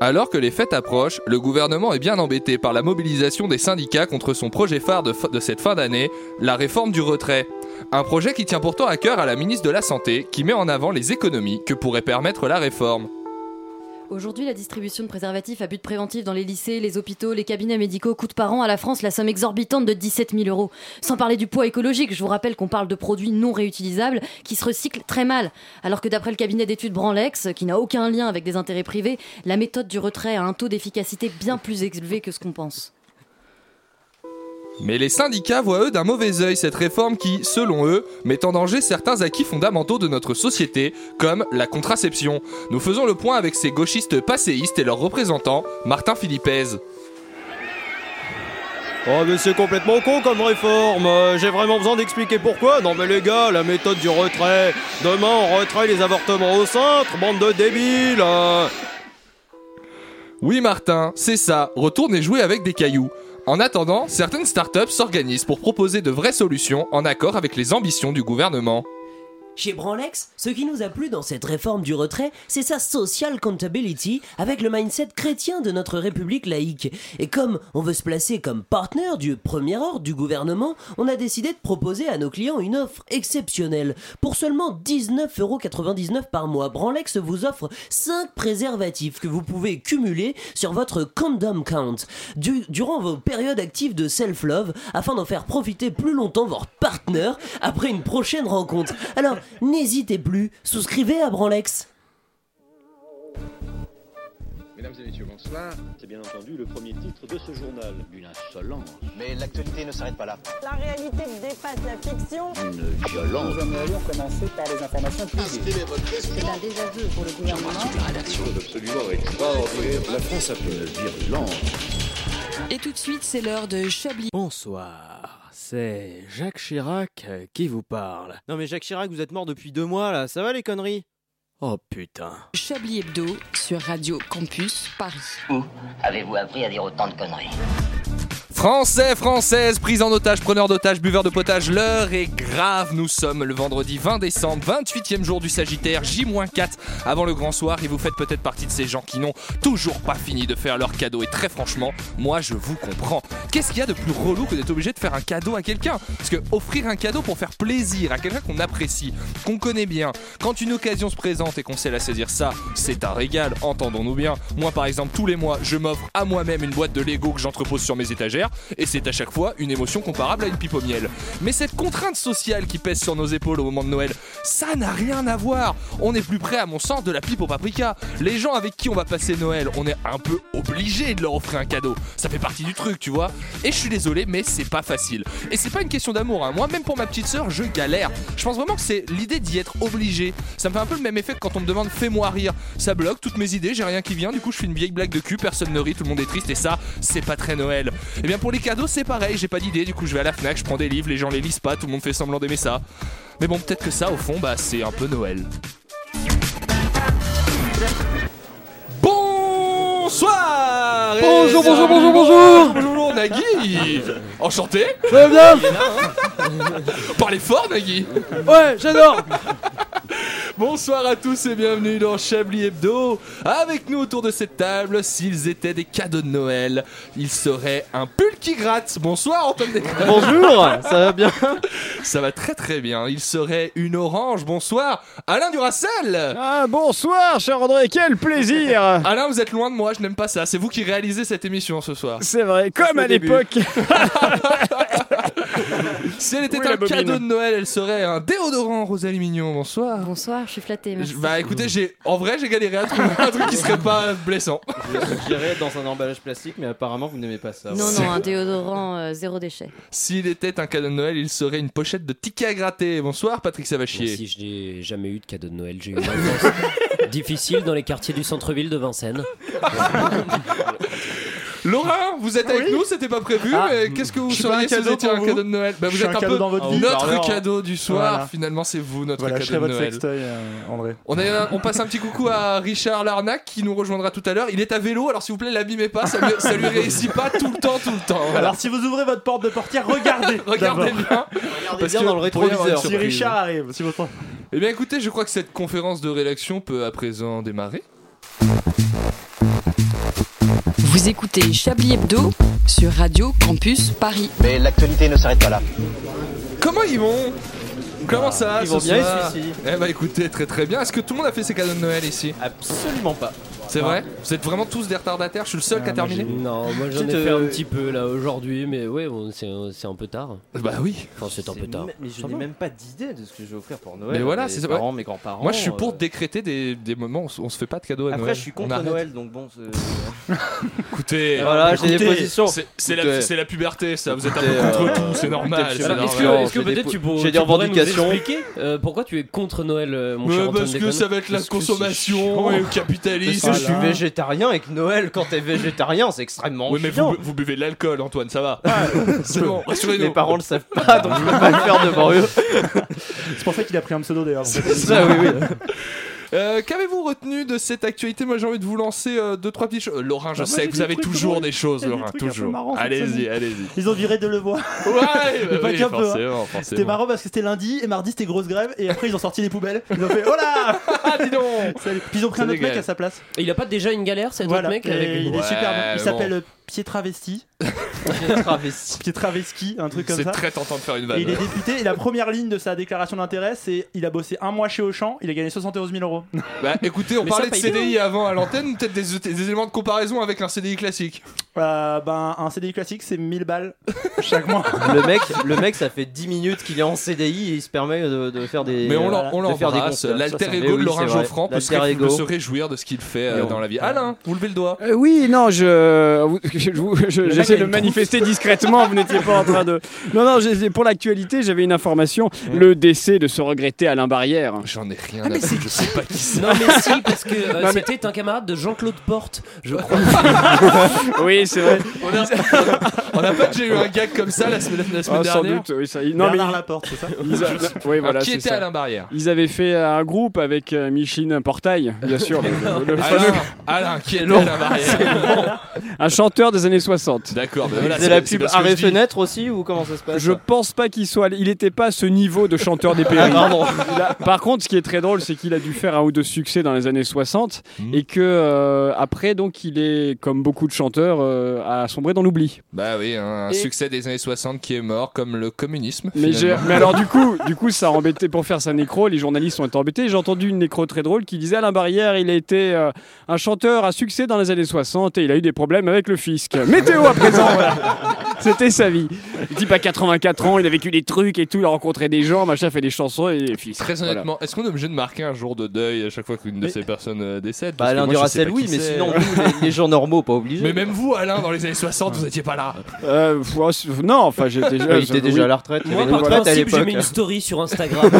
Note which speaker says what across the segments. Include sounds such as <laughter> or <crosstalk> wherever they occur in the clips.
Speaker 1: Alors que les fêtes approchent, le gouvernement est bien embêté par la mobilisation des syndicats contre son projet phare de, de cette fin d'année, la réforme du retrait. Un projet qui tient pourtant à cœur à la ministre de la Santé, qui met en avant les économies que pourrait permettre la réforme.
Speaker 2: Aujourd'hui, la distribution de préservatifs à but préventif dans les lycées, les hôpitaux, les cabinets médicaux coûte par an à la France la somme exorbitante de 17 000 euros. Sans parler du poids écologique, je vous rappelle qu'on parle de produits non réutilisables qui se recyclent très mal. Alors que d'après le cabinet d'études Branlex, qui n'a aucun lien avec des intérêts privés, la méthode du retrait a un taux d'efficacité bien plus élevé que ce qu'on pense.
Speaker 1: Mais les syndicats voient eux d'un mauvais œil cette réforme qui, selon eux, met en danger certains acquis fondamentaux de notre société, comme la contraception. Nous faisons le point avec ces gauchistes passéistes et leurs représentants, Martin Philippez.
Speaker 3: Oh mais c'est complètement con comme réforme Euh, J'ai vraiment besoin d'expliquer pourquoi Non mais les gars, la méthode du retrait Demain on retrait les avortements au centre, bande de débiles euh.
Speaker 1: Oui Martin, c'est ça, retourne et jouer avec des cailloux. En attendant, certaines startups s'organisent pour proposer de vraies solutions en accord avec les ambitions du gouvernement.
Speaker 4: Chez Branlex, ce qui nous a plu dans cette réforme du retrait, c'est sa social accountability avec le mindset chrétien de notre République laïque. Et comme on veut se placer comme partenaire du premier ordre du gouvernement, on a décidé de proposer à nos clients une offre exceptionnelle. Pour seulement 19,99€ par mois, Branlex vous offre 5 préservatifs que vous pouvez cumuler sur votre condom count du- durant vos périodes actives de self-love afin d'en faire profiter plus longtemps votre partenaire après une prochaine rencontre. Alors, n'hésitez plus, souscrivez à Branlex.
Speaker 5: Mesdames et messieurs, bonsoir.
Speaker 6: C'est bien entendu le premier titre de ce journal. Une insolence,
Speaker 5: Mais l'actualité ne s'arrête pas là.
Speaker 7: La réalité dépasse la fiction.
Speaker 6: une violence.
Speaker 8: Et tout de suite, c'est l'heure de Chablis.
Speaker 3: Ah,
Speaker 9: Bonsoir, c'est Jacques Chirac euh, qui vous parle.
Speaker 3: Non mais Jacques Chirac, vous êtes mort depuis deux mois là, ça va les conneries
Speaker 9: Oh putain.
Speaker 8: Chablis Hebdo sur Radio Campus Paris.
Speaker 10: Avez-vous appris à dire autant de conneries
Speaker 1: Français, Françaises, prise en otage, preneur d'otage, buveur de potage, l'heure est grave. Nous sommes le vendredi 20 décembre, 28e jour du Sagittaire, J-4 avant le grand soir et vous faites peut-être partie de ces gens qui n'ont toujours pas fini de faire leur cadeau. Et très franchement, moi je vous comprends. Qu'est-ce qu'il y a de plus relou que d'être obligé de faire un cadeau à quelqu'un Parce que offrir un cadeau pour faire plaisir à quelqu'un qu'on apprécie, qu'on connaît bien, quand une occasion se présente et qu'on sait la saisir, ça, c'est un régal, entendons-nous bien. Moi, par exemple, tous les mois, je m'offre à moi-même une boîte de Lego que j'entrepose sur mes étagères, et c'est à chaque fois une émotion comparable à une pipe au miel. Mais cette contrainte sociale qui pèse sur nos épaules au moment de Noël, ça n'a rien à voir. On est plus près, à mon sens, de la pipe au paprika. Les gens avec qui on va passer Noël, on est un peu obligé de leur offrir un cadeau. Ça fait partie du truc, tu vois. Et je suis désolé, mais c'est pas facile. Et c'est pas une question d'amour. hein. Moi, même pour ma petite sœur, je galère. Je pense vraiment que c'est l'idée d'y être obligé. Ça me fait un peu le même effet que quand on me demande fais-moi rire. Ça bloque toutes mes idées, j'ai rien qui vient. Du coup, je fais une vieille blague de cul, personne ne rit, tout le monde est triste. Et ça, c'est pas très Noël. Et bien pour les cadeaux, c'est pareil. J'ai pas d'idée. Du coup, je vais à la Fnac, je prends des livres, les gens les lisent pas, tout le monde fait semblant d'aimer ça. Mais bon, peut-être que ça, au fond, bah, c'est un peu Noël. Bonsoir
Speaker 9: Bonjour,
Speaker 1: les
Speaker 9: bonjour,
Speaker 1: amis.
Speaker 9: bonjour, bonjour.
Speaker 1: Bonjour Nagui Enchanté
Speaker 9: Très bien
Speaker 1: <laughs> Parlez fort Nagui
Speaker 9: Ouais, j'adore
Speaker 1: Bonsoir à tous et bienvenue dans Chablis Hebdo Avec nous autour de cette table, s'ils étaient des cadeaux de Noël, ils seraient un pull qui gratte Bonsoir Antoine Descartes
Speaker 3: Bonjour, ça va bien
Speaker 1: Ça va très très bien, il serait une orange, bonsoir Alain Duracel
Speaker 9: Ah, bonsoir, cher André, quel plaisir
Speaker 1: Alain, vous êtes loin de moi, je n'aime pas ça, c'est vous qui réalisez cette émission ce soir.
Speaker 9: C'est vrai, comme à
Speaker 3: début.
Speaker 9: l'époque
Speaker 1: <laughs> Si elle était
Speaker 9: Oui, la
Speaker 1: un
Speaker 9: bobine.
Speaker 1: cadeau de Noël, elle serait un déodorant Rosalie Mignon, bonsoir
Speaker 2: Bonsoir, je suis flattée.
Speaker 1: Je- Bah écoutez, j'ai en vrai j'ai galéré à trouver un truc qui serait pas blessant.
Speaker 3: Je suggérais être dans un emballage plastique mais apparemment vous n'aimez pas ça.
Speaker 2: Non, non, un déodorant euh, zéro déchet.
Speaker 1: <laughs> S'il était un cadeau de Noël, il serait une pochette de tickets à gratter. Bonsoir Patrick Savachier.
Speaker 4: Si je n'ai jamais eu de cadeau de Noël,
Speaker 1: <laughs>
Speaker 4: j'ai eu une enfance difficile dans les quartiers du centre-ville de Vincennes.
Speaker 1: Laurent, vous êtes avec nous, c'était pas prévu.
Speaker 4: Ah.
Speaker 1: mais Qu'est-ce que vous
Speaker 11: Je suis pas
Speaker 1: seriez
Speaker 11: un
Speaker 1: si vous
Speaker 11: cadeau
Speaker 1: étiez
Speaker 11: pour
Speaker 1: un
Speaker 11: vous.
Speaker 1: cadeau de Noël Bah,
Speaker 11: Je
Speaker 1: Vous
Speaker 11: suis un
Speaker 1: êtes un
Speaker 11: cadeau
Speaker 1: peu
Speaker 11: dans votre vie.
Speaker 1: notre
Speaker 11: Pardon.
Speaker 1: cadeau du soir.
Speaker 11: Voilà.
Speaker 1: Finalement, c'est vous notre
Speaker 11: Voilà,
Speaker 1: cadeau
Speaker 11: je serai
Speaker 1: de
Speaker 11: votre
Speaker 1: Noël.
Speaker 11: sextoy, euh, André.
Speaker 1: On, a- on passe un petit coucou à Richard Larnac qui nous rejoindra tout à l'heure. Il est à vélo, alors s'il vous plaît, l'abîmez pas. Ça, lui- ça
Speaker 11: <laughs>
Speaker 1: lui réussit pas tout le temps, tout le temps. Voilà. Hein
Speaker 11: Alors, si vous ouvrez votre porte de portière, regardez.
Speaker 1: <laughs> Regardez
Speaker 11: d'abord.
Speaker 1: bien.
Speaker 3: Parce bien dans le
Speaker 1: pour y avoir une
Speaker 3: rétroviseur.
Speaker 11: Si Richard arrive, si votre.
Speaker 1: Eh bien écoutez, je crois que cette conférence de rédaction peut à présent démarrer.
Speaker 8: Vous écoutez Chablis Hebdo sur Radio Campus Paris.
Speaker 5: Mais l'actualité ne s'arrête pas là.
Speaker 1: Comment ils vont Comment ça
Speaker 11: Ah, ils
Speaker 1: ce
Speaker 11: vont bien,
Speaker 1: soir
Speaker 11: les Suisses.
Speaker 1: Eh bah écoutez, très très bien. Est-ce que tout le monde a fait ses cadeaux de Noël ici
Speaker 11: Absolument pas. Ah,
Speaker 1: C'est vrai Vous êtes vraiment tous des retardataires Ah, Je suis le seul qui a terminé
Speaker 12: Non, moi j'en ai
Speaker 1: Petite,
Speaker 12: fait un
Speaker 1: euh,
Speaker 12: petit peu là aujourd'hui, mais ouais, bon, c'est c'est un peu tard.
Speaker 1: Bah oui.
Speaker 12: Enfin, c'est un peu tard.
Speaker 11: Mais je n'ai même pas d'idée de ce que je vais offrir pour Noël.
Speaker 1: Mais voilà,
Speaker 11: Mes
Speaker 1: c'est ça.
Speaker 11: parents, mes grands-parents.
Speaker 1: Moi, je suis
Speaker 11: euh,
Speaker 1: pour décréter des, des moments où on se- on se fait pas de cadeaux à
Speaker 11: Après,
Speaker 1: Noël.
Speaker 11: je suis
Speaker 1: On
Speaker 11: contre
Speaker 1: arrête.
Speaker 11: Noël, donc bon. c'est-
Speaker 1: <laughs> Écoutez,
Speaker 11: Voilà, j'ai des
Speaker 1: écoutez,
Speaker 11: positions.
Speaker 1: C'est c'est
Speaker 11: Écoutez.
Speaker 1: la, c'est la puberté, ça. Vous êtes un peu
Speaker 11: Écoutez,
Speaker 1: contre
Speaker 11: euh,
Speaker 1: tout, c'est normal.
Speaker 11: écoutez,
Speaker 1: c'est
Speaker 11: je suis
Speaker 1: normal.
Speaker 11: pas
Speaker 12: Est-ce que, est-ce que
Speaker 11: j'ai des
Speaker 12: peut-être
Speaker 11: pou-
Speaker 12: tu, pour-
Speaker 11: j'ai des
Speaker 12: tu pourrais nous
Speaker 11: revendications.
Speaker 12: expliquer euh, pourquoi tu es contre Noël, euh, mon
Speaker 1: Mais
Speaker 12: cher Antoine
Speaker 1: parce que
Speaker 12: Déconne
Speaker 1: ça va être la
Speaker 12: Parce que c'est
Speaker 1: consommation
Speaker 12: chiant.
Speaker 1: et le capitalisme.
Speaker 12: Parce que je suis
Speaker 1: Voilà. <laughs>
Speaker 12: végé-
Speaker 11: Végétarien et que Noël, quand t'es végétarien, c'est extrêmement
Speaker 1: Oui, mais
Speaker 11: chiant.
Speaker 1: vous, vous buvez de l'alcool, Antoine, ça va.
Speaker 11: Ah,
Speaker 1: <laughs> c'est bon, rassurez-nous.
Speaker 11: Mes parents le savent pas, donc je peux pas le faire devant eux.
Speaker 1: C'est pour ça qu'il a pris un pseudo d'ailleurs.
Speaker 11: C'est ça, oui, oui.
Speaker 1: Euh, Qu'avez-vous retenu de cette actualité Moi j'ai envie de vous lancer euh, deux trois petites choses. Euh, Laurin, je
Speaker 11: Bah, moi,
Speaker 1: sais
Speaker 11: j'ai
Speaker 1: que vous
Speaker 11: des
Speaker 1: avez
Speaker 11: trucs
Speaker 1: toujours
Speaker 11: drôles.
Speaker 1: des choses,
Speaker 11: Il y a des
Speaker 1: Laurin,
Speaker 11: trucs un peu
Speaker 1: toujours.
Speaker 11: marrants cette
Speaker 1: Allez-y,
Speaker 11: semaine.
Speaker 1: allez-y.
Speaker 11: <laughs> Ils ont viré de le
Speaker 1: <laughs>
Speaker 11: voir.
Speaker 1: Ouais, bah
Speaker 11: pas
Speaker 1: oui,
Speaker 11: qu'un peu, hein.
Speaker 1: forcément,
Speaker 11: C'était
Speaker 1: forcément.
Speaker 11: marrant parce que c'était lundi et mardi c'était grosse grève et après ils ont sorti les poubelles. Ils ont fait oh
Speaker 1: <laughs>
Speaker 11: là
Speaker 1: Ah, Dis
Speaker 11: <laughs>
Speaker 1: donc
Speaker 11: Salut. Puis ils ont pris
Speaker 12: C'est
Speaker 11: un autre mec
Speaker 12: dégueulasse.
Speaker 1: <laughs>
Speaker 11: à sa place.
Speaker 12: Et Il a pas déjà une galère, cet
Speaker 11: Voilà.
Speaker 12: autre mec
Speaker 11: Et
Speaker 12: avec
Speaker 11: il est
Speaker 1: Ouais,
Speaker 11: superbe. Il
Speaker 1: bon.
Speaker 11: s'appelle euh, Pietravesti.
Speaker 12: Travesti.
Speaker 11: Pietraveschi, un truc comme
Speaker 1: C'est
Speaker 11: ça.
Speaker 1: très tentant de faire une
Speaker 11: Et
Speaker 1: vanne.
Speaker 11: il est député et la première ligne de sa déclaration d'intérêt c'est il a bossé un mois chez Auchan, il a gagné 71 000 euros.
Speaker 1: Bah écoutez, on
Speaker 12: Mais ça
Speaker 1: parlait de
Speaker 12: paye
Speaker 1: CDI avant à l'antenne, peut-être des, des éléments de comparaison avec un CDI classique.
Speaker 11: Euh, ben un CDI classique c'est
Speaker 1: <laughs>
Speaker 11: 1000 balles chaque mois.
Speaker 13: Le mec, le mec, ça fait 10 minutes qu'il est en CDI et il se permet de, de faire des.
Speaker 1: Mais on
Speaker 13: de
Speaker 1: l'en- on
Speaker 13: faire des
Speaker 1: l'embrasse,
Speaker 13: constats. Ça,
Speaker 1: l'alter
Speaker 13: c'est-
Speaker 1: ego
Speaker 13: mais oui,
Speaker 1: de Laurent
Speaker 13: c'est vrai.
Speaker 1: Geoffrand peut se,
Speaker 13: L'alter
Speaker 1: ré-
Speaker 13: ego.
Speaker 1: peut se réjouir de ce qu'il fait euh,
Speaker 13: Et on-
Speaker 1: dans la vie. Alain, vous levez le doigt.
Speaker 14: Euh, oui, non, je, vous- <laughs> je, vous- je-
Speaker 1: mec
Speaker 14: j'essaie
Speaker 1: a
Speaker 14: de
Speaker 1: une
Speaker 14: manifester discrètement. Vous n'étiez pas en
Speaker 1: <laughs>
Speaker 14: train de. Non, non, j'ai- pour l'actualité, j'avais une information. Le décès de ce regretté Alain Barrière.
Speaker 1: J'en ai
Speaker 15: Ah,
Speaker 1: rien à foutre, Ah, je sais pas qui c'est.
Speaker 12: Non mais si, parce que
Speaker 14: Ah,
Speaker 12: euh,
Speaker 14: Non, mais-
Speaker 12: c'était un camarade de Jean-Claude Porte, je
Speaker 14: <laughs>
Speaker 12: crois.
Speaker 14: oui, c'est vrai.
Speaker 1: On a, <laughs> on a pas déjà eu un gag comme ça la semaine, la semaine
Speaker 14: Ah, sans
Speaker 1: dernière
Speaker 14: doute, oui, ça y est. Non, mais ils-
Speaker 11: Laporte, c'est ça
Speaker 14: ils a- oui, voilà,
Speaker 1: Alors, qui
Speaker 14: c'est
Speaker 1: était
Speaker 14: ça.
Speaker 1: Alain Barrière
Speaker 14: Ils avaient fait un groupe avec euh, Micheline Portail,
Speaker 1: <laughs>
Speaker 14: bien sûr. le- le-
Speaker 1: Alain,
Speaker 14: le fameux-
Speaker 11: <laughs>
Speaker 1: Alain, qui était Alain
Speaker 13: Ah,
Speaker 1: Barrière
Speaker 14: Ah, Un chanteur des années 60.
Speaker 1: D'accord,
Speaker 13: Il faisait la pub arrêt fenêtre aussi ou comment ça se passe
Speaker 14: Je pense pas qu'il soit. Il n'était pas à ce niveau de chanteur des
Speaker 13: Ah, pardon.
Speaker 14: Par contre, ce qui est très drôle, c'est qu'il a dû faire un ou deux succès dans les années 60
Speaker 13: Hmm.
Speaker 14: et que euh, après, donc, il est comme beaucoup de chanteurs euh, à sombrer dans l'oubli.
Speaker 1: Bah oui, un
Speaker 14: Et-
Speaker 1: succès des années 60 qui est mort, comme le communisme.
Speaker 14: Mais, j'ai-
Speaker 1: finalement.
Speaker 14: mais alors du coup, du coup, ça a embêté pour faire sa nécro. Les journalistes ont été embêtés. J'ai entendu une nécro très drôle qui disait Alain Barrière, il a été euh, un chanteur à succès dans les années 60 et il a eu des problèmes avec le fisc. Météo à présent. voilà. C'était sa vie. Le type à 84 ans, il a vécu des trucs et tout, il a rencontré des gens, machin, fait des chansons et des fisc.
Speaker 1: Très <laughs>
Speaker 14: Voilà.
Speaker 1: honnêtement, est-ce qu'on est obligé de marquer un jour de deuil à chaque fois qu'une de ces personnes euh, décède
Speaker 13: Bah,
Speaker 1: Parce que
Speaker 13: Alain
Speaker 1: moi, je sais
Speaker 13: Duracell,
Speaker 1: pas
Speaker 13: oui,
Speaker 1: qui
Speaker 13: mais
Speaker 1: c'est.
Speaker 13: sinon,
Speaker 1: <laughs>
Speaker 13: nous, les, les gens normaux, pas obligés.
Speaker 1: Mais même vous, Alain, dans les années 60, vous étiez pas là.
Speaker 12: <laughs>
Speaker 14: Euh, pff, oh, c'est- non, enfin, j'étais euh, déjà.
Speaker 13: Il était déjà à la retraite. Il y
Speaker 12: Moi,
Speaker 13: avait une
Speaker 12: par
Speaker 13: retraite à
Speaker 12: principe, j'ai mis une
Speaker 13: l'époque.
Speaker 12: story sur
Speaker 13: <laughs>
Speaker 12: Instagram.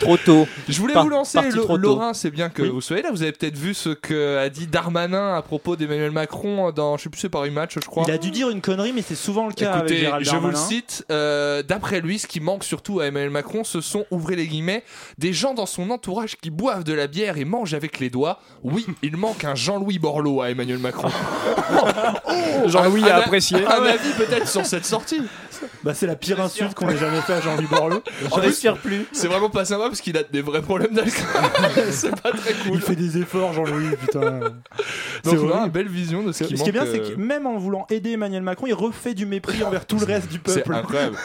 Speaker 13: Trop tôt.
Speaker 1: Je voulais
Speaker 13: Par-
Speaker 1: vous lancer,
Speaker 13: parti
Speaker 1: Lo-
Speaker 13: trop tôt.
Speaker 1: Laurent, c'est bien que vous soyez là. Vous avez peut-être vu ce que a dit Darmanin à propos d'Emmanuel Macron dans, je sais plus, c'est Paris Match, je crois.
Speaker 11: Il a dû dire une connerie mais c'est souvent le cas avec
Speaker 1: Écoutez,
Speaker 11: Gérald
Speaker 1: je vous le
Speaker 11: Darmanin.
Speaker 1: cite, euh, d'après lui, ce qui manque surtout à Emmanuel Macron, ce sont, ouvrez les guillemets, des gens dans son entourage qui boivent de la bière et mangent avec les doigts. Oui, il manque un Jean-Louis Borloo à Emmanuel Macron.
Speaker 14: Oh,
Speaker 1: Ah,
Speaker 14: Jean-Louis
Speaker 1: Un-
Speaker 14: a
Speaker 1: un-
Speaker 14: apprécié.
Speaker 1: Un avis peut-être sur cette sortie.
Speaker 11: Bah c'est la pire insulte qu'on ait jamais fait à Jean-Louis Borloo.
Speaker 1: En plus,
Speaker 11: plus.
Speaker 1: c'est vraiment pas sympa parce qu'il a des vrais problèmes d'alcool. <laughs> c'est pas très cool.
Speaker 11: Il fait des efforts Jean-Louis, putain.
Speaker 1: <laughs> Donc on a
Speaker 11: horrible.
Speaker 1: une belle vision de ce qui
Speaker 11: Ce
Speaker 1: manque.
Speaker 11: qui est bien, c'est
Speaker 1: euh,
Speaker 11: que même en voulant aider Emmanuel Macron, il refait du mépris envers tout le reste du
Speaker 1: C'est
Speaker 11: peuple.
Speaker 1: incroyable.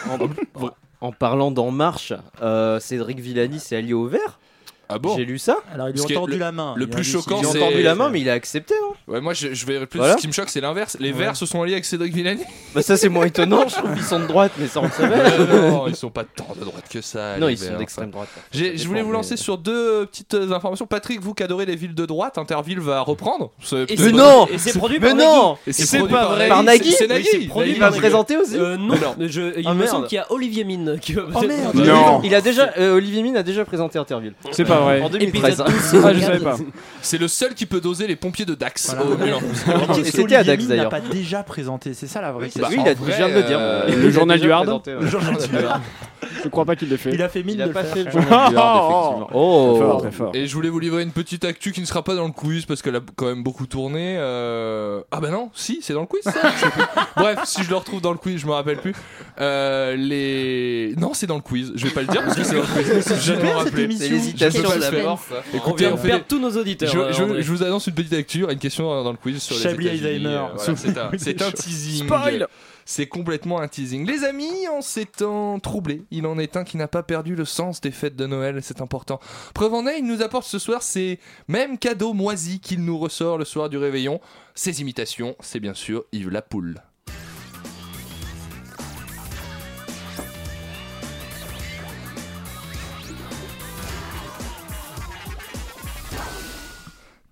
Speaker 11: <laughs>
Speaker 13: En parlant d'En Marche, euh, Cédric Villani s'est allié au vert.
Speaker 1: Ah bon
Speaker 13: J'ai lu ça.
Speaker 11: Alors il lui
Speaker 1: Parce
Speaker 11: a
Speaker 1: que
Speaker 11: tendu
Speaker 1: le-
Speaker 11: la main.
Speaker 1: le
Speaker 11: Il
Speaker 1: plus
Speaker 11: a dit-
Speaker 1: choquant,
Speaker 13: J'ai
Speaker 1: c'est- euh,
Speaker 13: entendu la main, mais il a accepté. hein.
Speaker 1: Ouais, moi je, je vais plus.
Speaker 13: Voilà.
Speaker 1: Ce qui me choque, c'est l'inverse. Les Verts se sont alliés avec Cédric Villani.
Speaker 13: <laughs> Bah, ça, c'est moins étonnant. Je trouve qu'ils sont de droite, mais ça, on le savait.
Speaker 1: Euh, non, ils sont pas tant de droite que ça.
Speaker 13: Non,
Speaker 1: les
Speaker 13: ils sont
Speaker 1: Verts.
Speaker 13: d'extrême droite.
Speaker 1: J'ai- Je voulais vous lancer sur deux petites euh, informations. Patrick, vous qui adorez les villes de droite, Interville va reprendre. ce-
Speaker 12: Et
Speaker 1: ce-
Speaker 12: c'est-
Speaker 13: Mais non
Speaker 12: Et c'est produit
Speaker 13: Mais
Speaker 12: par
Speaker 13: non
Speaker 1: Et
Speaker 13: C'est
Speaker 1: produit
Speaker 13: pas vrai. Par
Speaker 1: Nagui.
Speaker 13: Nagui
Speaker 1: C'est- C'est
Speaker 13: Oui,
Speaker 1: Nagui.
Speaker 13: c'est produit
Speaker 1: Nagui,
Speaker 13: par
Speaker 1: Nagui.
Speaker 13: présenter aussi
Speaker 12: Euh, non,
Speaker 1: Alors.
Speaker 12: je- il
Speaker 13: Ah,
Speaker 12: me
Speaker 13: merde.
Speaker 12: semble qu'il y a Olivier Mine qui va
Speaker 11: Oh, merde.
Speaker 14: Non,
Speaker 13: Il a déjà, euh, Olivier Mine a déjà présenté Interville.
Speaker 14: c'est pas vrai.
Speaker 13: En 2013.
Speaker 12: Épisode 12,
Speaker 14: Ah, je
Speaker 12: regarde.
Speaker 14: savais pas.
Speaker 1: C'est le seul qui peut doser les pompiers de Dax au Milan.
Speaker 11: Mais qu'est-ce
Speaker 13: Et
Speaker 11: que
Speaker 13: c'était
Speaker 11: Olivier
Speaker 13: à Dax,
Speaker 11: Mine n'a
Speaker 13: d'ailleurs.
Speaker 11: pas déjà présenté, c'est ça la vraie question.
Speaker 1: Bah,
Speaker 13: oui, il
Speaker 1: en
Speaker 13: a
Speaker 1: vrai,
Speaker 13: je viens de le dire.
Speaker 1: euh,
Speaker 13: Il
Speaker 14: le
Speaker 13: a
Speaker 14: journal
Speaker 13: déjà
Speaker 14: du Hard.
Speaker 13: présenté, ouais.
Speaker 14: Je crois pas qu'il l'ait fait.
Speaker 11: Il a fait mine
Speaker 13: Il
Speaker 11: de
Speaker 13: a
Speaker 11: le
Speaker 13: pas
Speaker 11: faire. <laughs>
Speaker 13: fait le
Speaker 11: frère.
Speaker 13: journal du Hard,
Speaker 14: Oh,
Speaker 13: effectivement.
Speaker 14: Très
Speaker 13: Oh
Speaker 14: fort, très fort.
Speaker 1: Et je voulais vous livrer une petite actu qui ne sera pas dans le quiz parce qu'elle a quand même beaucoup tourné. euh, Ah bah non, si, c'est dans le quiz ça je sais plus. Bref, si je le retrouve dans le quiz, je me rappelle plus. Euh, les. Non, c'est dans le quiz, je vais pas le dire parce que c'est dans le quiz. Je vais me
Speaker 11: Super cette
Speaker 1: rappeler.
Speaker 13: C'est
Speaker 11: émission.
Speaker 13: l'hésitation
Speaker 1: peut pas le faire.
Speaker 12: On vient de
Speaker 1: fait-
Speaker 12: perdre tous nos auditeurs.
Speaker 1: Je,
Speaker 12: euh,
Speaker 13: hein,
Speaker 1: je-
Speaker 12: André.
Speaker 1: je vous annonce une petite lecture, une question euh, dans le quiz sur
Speaker 11: Chablis
Speaker 1: les États-Unis.
Speaker 11: Alzheimer.
Speaker 1: Euh, voilà, c'est un,
Speaker 11: <laughs> Souvenez-vous
Speaker 1: c'est
Speaker 11: des
Speaker 1: un
Speaker 11: choses.
Speaker 1: teasing.
Speaker 11: Spoil
Speaker 1: C'est complètement un teasing. Les amis, en ces temps troublés, il en est un qui n'a pas perdu le sens des fêtes de Noël, c'est important. Preuve en est, il nous apporte ce soir ces mêmes cadeaux moisis qu'il nous ressort le soir du réveillon. Ses imitations, c'est bien sûr Yves Lapoule.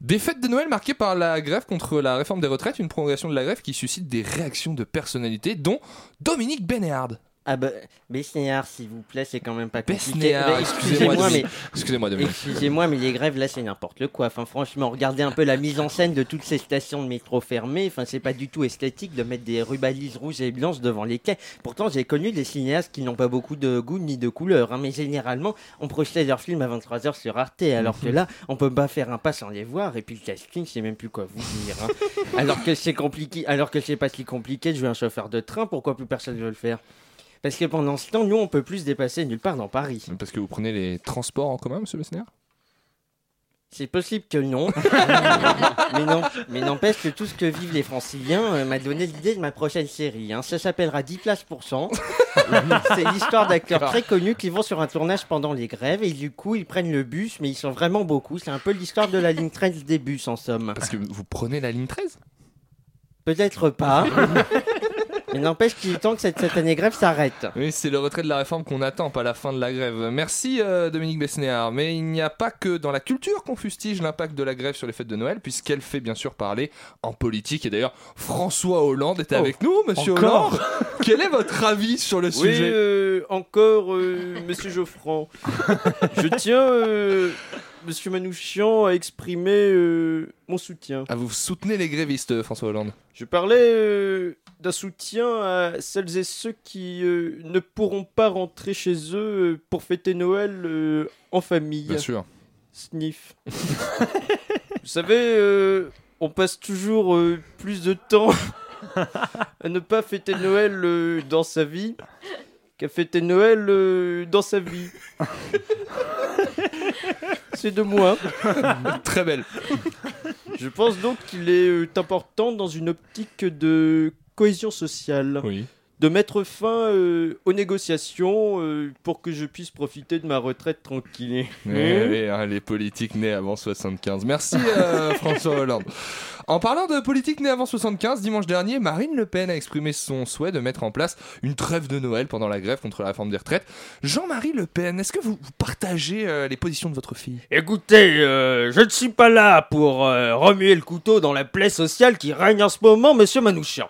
Speaker 1: Des fêtes de Noël marquées par la grève contre la réforme des retraites, une prolongation de la grève qui suscite des réactions de personnalités, dont Dominique Bénéard.
Speaker 13: Ah bah, Besnéard, s'il vous plaît, c'est quand même pas compliqué.
Speaker 1: Besnéard,
Speaker 13: Bah,
Speaker 1: excusez-moi,
Speaker 13: excusez-moi, mais...
Speaker 1: Dominique. Excusez-moi, Dominique.
Speaker 13: Excusez-moi, mais les grèves, là, c'est n'importe quoi. Enfin, franchement, regardez un peu la mise en scène de toutes ces stations de métro fermées. Enfin, c'est pas du tout esthétique de mettre des rubalises rouges et blanches devant les quais. Pourtant, j'ai connu des cinéastes qui n'ont pas beaucoup de goût ni de couleur. hein, mais généralement, on projetait leurs films à 23h sur Arte. Alors que là, on peut pas faire un pas sans les voir. Et puis, le casting, je sais même plus quoi vous dire.
Speaker 1: <laughs>
Speaker 13: hein. Alors que c'est compliqué, alors que c'est pas si compliqué de jouer un chauffeur de train, pourquoi plus personne veut le faire parce que pendant ce temps, nous, on peut plus se dépasser nulle part dans Paris.
Speaker 1: Parce que vous prenez les transports en commun, monsieur Besnéard
Speaker 13: C'est possible que non. mais non, mais n'empêche que tout ce que vivent les franciliens euh, m'a donné l'idée de ma prochaine série. hein. Ça s'appellera 10 places pour cent. C'est l'histoire d'acteurs très connus qui vont sur un tournage pendant les grèves et du coup ils prennent le bus, mais ils sont vraiment beaucoup. C'est un peu l'histoire de la ligne 13 des bus en somme.
Speaker 1: Parce que vous prenez la ligne 13 <laughs>
Speaker 13: Peut-être pas. mais n'empêche qu'il est temps que cette, cette année grève s'arrête.
Speaker 1: Oui, c'est le retrait de la réforme qu'on attend, pas la fin de la grève. Merci euh, Dominique Besnéard. Mais il n'y a pas que dans la culture qu'on fustige l'impact de la grève sur les fêtes de Noël, puisqu'elle fait bien sûr parler en politique. Et d'ailleurs, François Hollande était
Speaker 13: Oh,
Speaker 1: avec nous, monsieur
Speaker 13: encore
Speaker 1: Hollande. Quel est votre avis sur le
Speaker 12: Oui,
Speaker 1: sujet
Speaker 12: euh, encore, euh, <laughs> monsieur Geoffran. Je tiens, euh, monsieur Manouchian, à exprimer euh, mon soutien.
Speaker 1: Ah, vous soutenez les grévistes, euh, François Hollande
Speaker 12: Je parlais euh, d'un soutien à celles et ceux qui euh, ne pourront pas rentrer chez eux euh, pour fêter Noël euh, en famille.
Speaker 1: Bien sûr.
Speaker 12: Sniff. <laughs> Vous savez, euh, on passe toujours euh, plus de temps <laughs> à ne pas fêter Noël euh, dans sa vie qu'à fêter Noël euh, dans
Speaker 1: <laughs>
Speaker 12: sa vie. C'est de moi.
Speaker 1: Très belle.
Speaker 12: <laughs> Je pense donc qu'il est euh, important dans une optique de cohésion sociale.
Speaker 1: Oui.
Speaker 12: De mettre fin euh, aux négociations euh, pour que je puisse profiter de ma retraite tranquille. Mmh.
Speaker 1: Eh oui, hein, les politiques nés avant 75. Merci euh, François Hollande. En parlant de politique née avant 75, dimanche dernier, Marine Le Pen a exprimé son souhait de mettre en place une trêve de Noël pendant la grève contre la réforme des retraites. Jean-Marie Le Pen, est-ce que vous, vous partagez euh, les positions de votre fille
Speaker 13: Écoutez, euh, je ne suis pas là pour euh, remuer le couteau dans la plaie sociale qui règne en ce moment, monsieur Manouchian.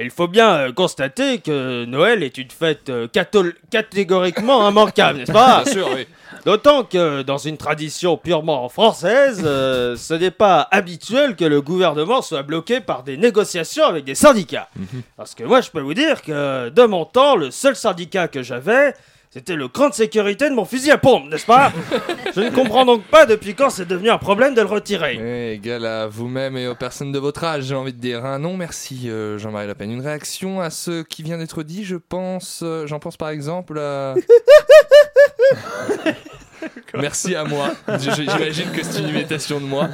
Speaker 13: Il faut bien euh, constater que Noël est une fête euh, cathol- catégoriquement immanquable, n'est-ce pas
Speaker 1: Bien sûr, oui.
Speaker 13: D'autant que dans une tradition purement française, euh, ce n'est pas habituel que le gouvernement soit bloqué par des négociations avec des syndicats.
Speaker 1: Mhm.
Speaker 13: Parce que moi, je peux vous dire que de mon temps, le seul syndicat que j'avais, c'était le cran de sécurité de mon fusil à pompe,
Speaker 1: <laughs>
Speaker 13: n'est-ce pas Je ne comprends donc pas depuis quand c'est devenu un problème de le retirer.
Speaker 1: Eh, égal à vous-même et aux personnes de votre âge, j'ai envie de dire. un Non, merci euh, Jean-Marie Le Pen. Une réaction à ce qui vient d'être dit, je pense. euh, J'en pense par exemple
Speaker 13: <laughs>
Speaker 1: à. Merci à moi. J- j- J'imagine que c'est une imitation de
Speaker 13: <laughs>
Speaker 1: moi.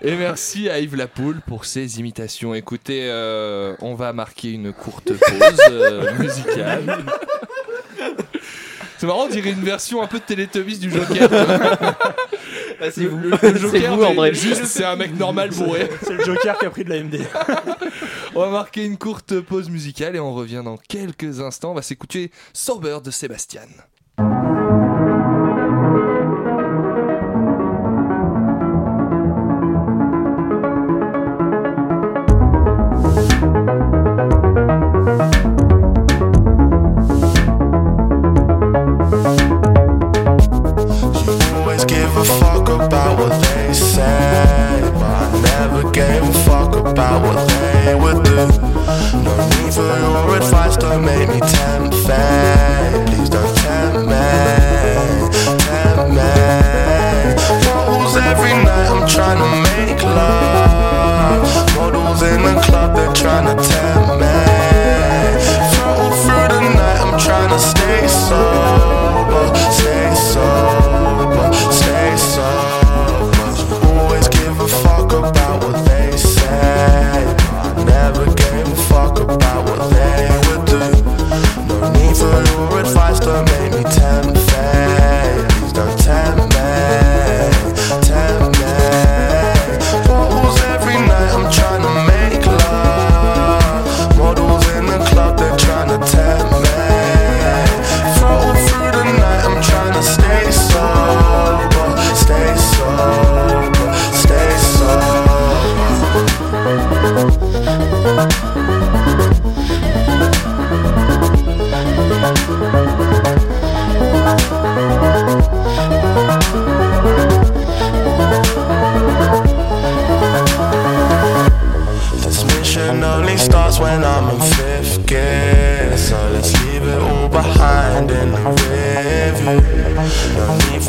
Speaker 1: Et merci à Yves Lapoule pour ses imitations. Écoutez, euh, on va marquer une courte pause euh, musicale. C'est marrant, on dirait une version un peu de Teletubbies du Joker.
Speaker 12: c'est
Speaker 11: Bah,
Speaker 1: Le-
Speaker 12: vous.
Speaker 1: le- le
Speaker 12: C'est
Speaker 1: Joker,
Speaker 12: vous, André.
Speaker 1: mais Juste, c'est un mec normal bourré.
Speaker 11: <laughs> C'est le Joker qui a pris de la MD.
Speaker 1: <laughs> On va marquer une courte pause musicale et on revient dans quelques instants. On va s'écouter Sober de Sébastien.
Speaker 16: always give a fuck about what they say. But I never gave a fuck about what they would do. No need for your advice, don't make me tempt fate. Please don't tempt me.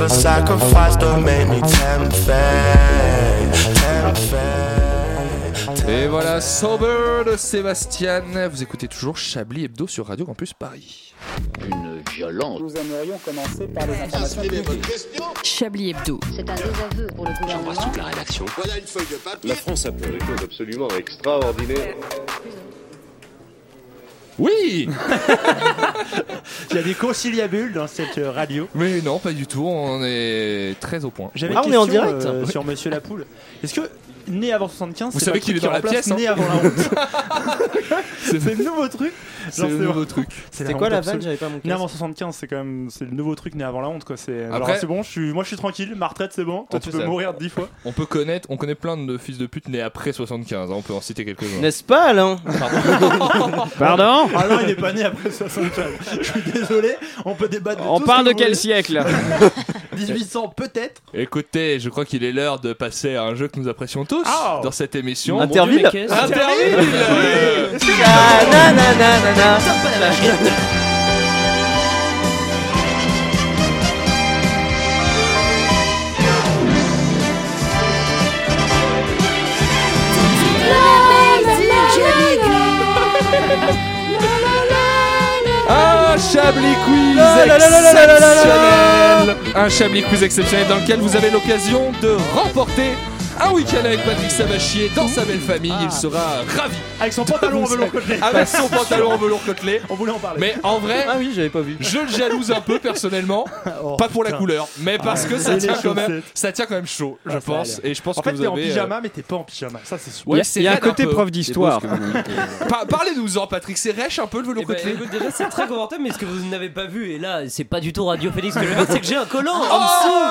Speaker 16: sacrifice don't make me tempted, tempted.
Speaker 1: Et voilà, Sober de Sébastien. Vous écoutez toujours Chablis Hebdo sur Radio Campus Paris. Une violence.
Speaker 17: Nous aimerions commencer par les informations
Speaker 8: Chablis Hebdo. C'est un désaveu pour le gouvernement.
Speaker 6: toute la rédaction. Voilà une feuille de papier.
Speaker 5: La France a fait des choses absolument extraordinaires.
Speaker 1: Oui
Speaker 11: <laughs> Il y a des conciliabules dans cette euh, radio.
Speaker 1: Mais non, pas du tout, on est très au point.
Speaker 11: J'avais une question, euh, sur Monsieur Lapoule. Est-ce que <laughs> né avant 75,
Speaker 1: Vous
Speaker 11: c'est
Speaker 1: savez
Speaker 11: pas
Speaker 1: qu'il
Speaker 11: qui
Speaker 1: est dans la
Speaker 11: remplace
Speaker 1: pièce, hein
Speaker 11: Né avant la honte. c'est le nouveau truc.
Speaker 1: C'est
Speaker 11: Genre,
Speaker 1: le nouveau truc.
Speaker 12: C'était quoi
Speaker 11: honte
Speaker 12: la
Speaker 11: absolue.
Speaker 12: vanne J'avais pas mon
Speaker 11: Né
Speaker 12: casque.
Speaker 11: avant 75, c'est quand même c'est le nouveau truc né avant la honte quoi. C'est alors,
Speaker 1: Après-
Speaker 11: c'est bon, je suis moi je suis tranquille, ma retraite c'est bon. Toi tu
Speaker 1: Après,
Speaker 11: peux
Speaker 1: ça-
Speaker 11: mourir dix fois.
Speaker 1: On peut connaître, on connaît plein de fils de pute nés après 75, hein, on peut en citer quelques-uns.
Speaker 12: N'est-ce pas,
Speaker 1: <laughs>
Speaker 12: Alain
Speaker 11: <laughs>
Speaker 14: Pardon
Speaker 11: Ah non, il est pas né après 75. Je suis désolé, on peut débattre de
Speaker 14: On
Speaker 11: tout ce
Speaker 14: parle
Speaker 11: que
Speaker 14: de
Speaker 11: vous
Speaker 14: quel
Speaker 11: voulez. <laughs>
Speaker 14: siècle
Speaker 11: 1800 peut-être.
Speaker 1: Écoutez, je crois qu'il est l'heure de passer à un jeu que nous apprécions tous
Speaker 11: Ah.
Speaker 1: dans cette émission.
Speaker 12: Interville
Speaker 1: Mon Dieu, mais qu'est-ce- Interville Euh,
Speaker 12: Ah, na, na, na, na, na.
Speaker 1: Un Chablis Quiz
Speaker 11: Ah,
Speaker 16: La, la, la, la, la, la, la, la, la.
Speaker 1: exceptionnel Un Chablis Quiz exceptionnel dans lequel vous avez l'occasion de remporter un week-end avec Patrick Sabachier dans sa belle famille. Il sera ravi
Speaker 11: Ah. Avec son pantalon en velours côtelé.
Speaker 13: Ah,
Speaker 1: avec son pantalon en velours côtelé.
Speaker 11: On voulait en parler.
Speaker 1: Mais en vrai,
Speaker 12: Ah oui, j'avais pas vu.
Speaker 1: je le jalouse un peu personnellement, pas pour la
Speaker 11: putain.
Speaker 1: couleur, mais parce
Speaker 11: Ah,
Speaker 1: que ça
Speaker 11: et les
Speaker 1: tient quand même,
Speaker 11: chaussettes.
Speaker 1: ça tient quand même chaud, je
Speaker 11: Ah, ça a
Speaker 1: pense.
Speaker 11: l'air.
Speaker 1: Et je pense
Speaker 11: en
Speaker 1: que
Speaker 11: fait,
Speaker 1: vous
Speaker 11: t'es en
Speaker 1: avez, euh,
Speaker 11: pyjama, mais t'es pas en pyjama. Ça, c'est sûr.
Speaker 1: Ouais,
Speaker 14: Il y a-
Speaker 1: c'est
Speaker 14: il y a un
Speaker 1: raide
Speaker 14: côté
Speaker 1: peu.
Speaker 14: prof d'histoire.
Speaker 1: C'est beau ce que vous dites. <laughs> Par- Parlez-nous-en, Patrick. C'est rêche un peu le velours
Speaker 4: Eh ben,
Speaker 1: côtelé
Speaker 4: écoute, déjà c'est très confortable mais ce que vous n'avez pas vu et là c'est pas du tout Radio Félix que je veux c'est que j'ai un collant
Speaker 1: Oh
Speaker 4: en dessous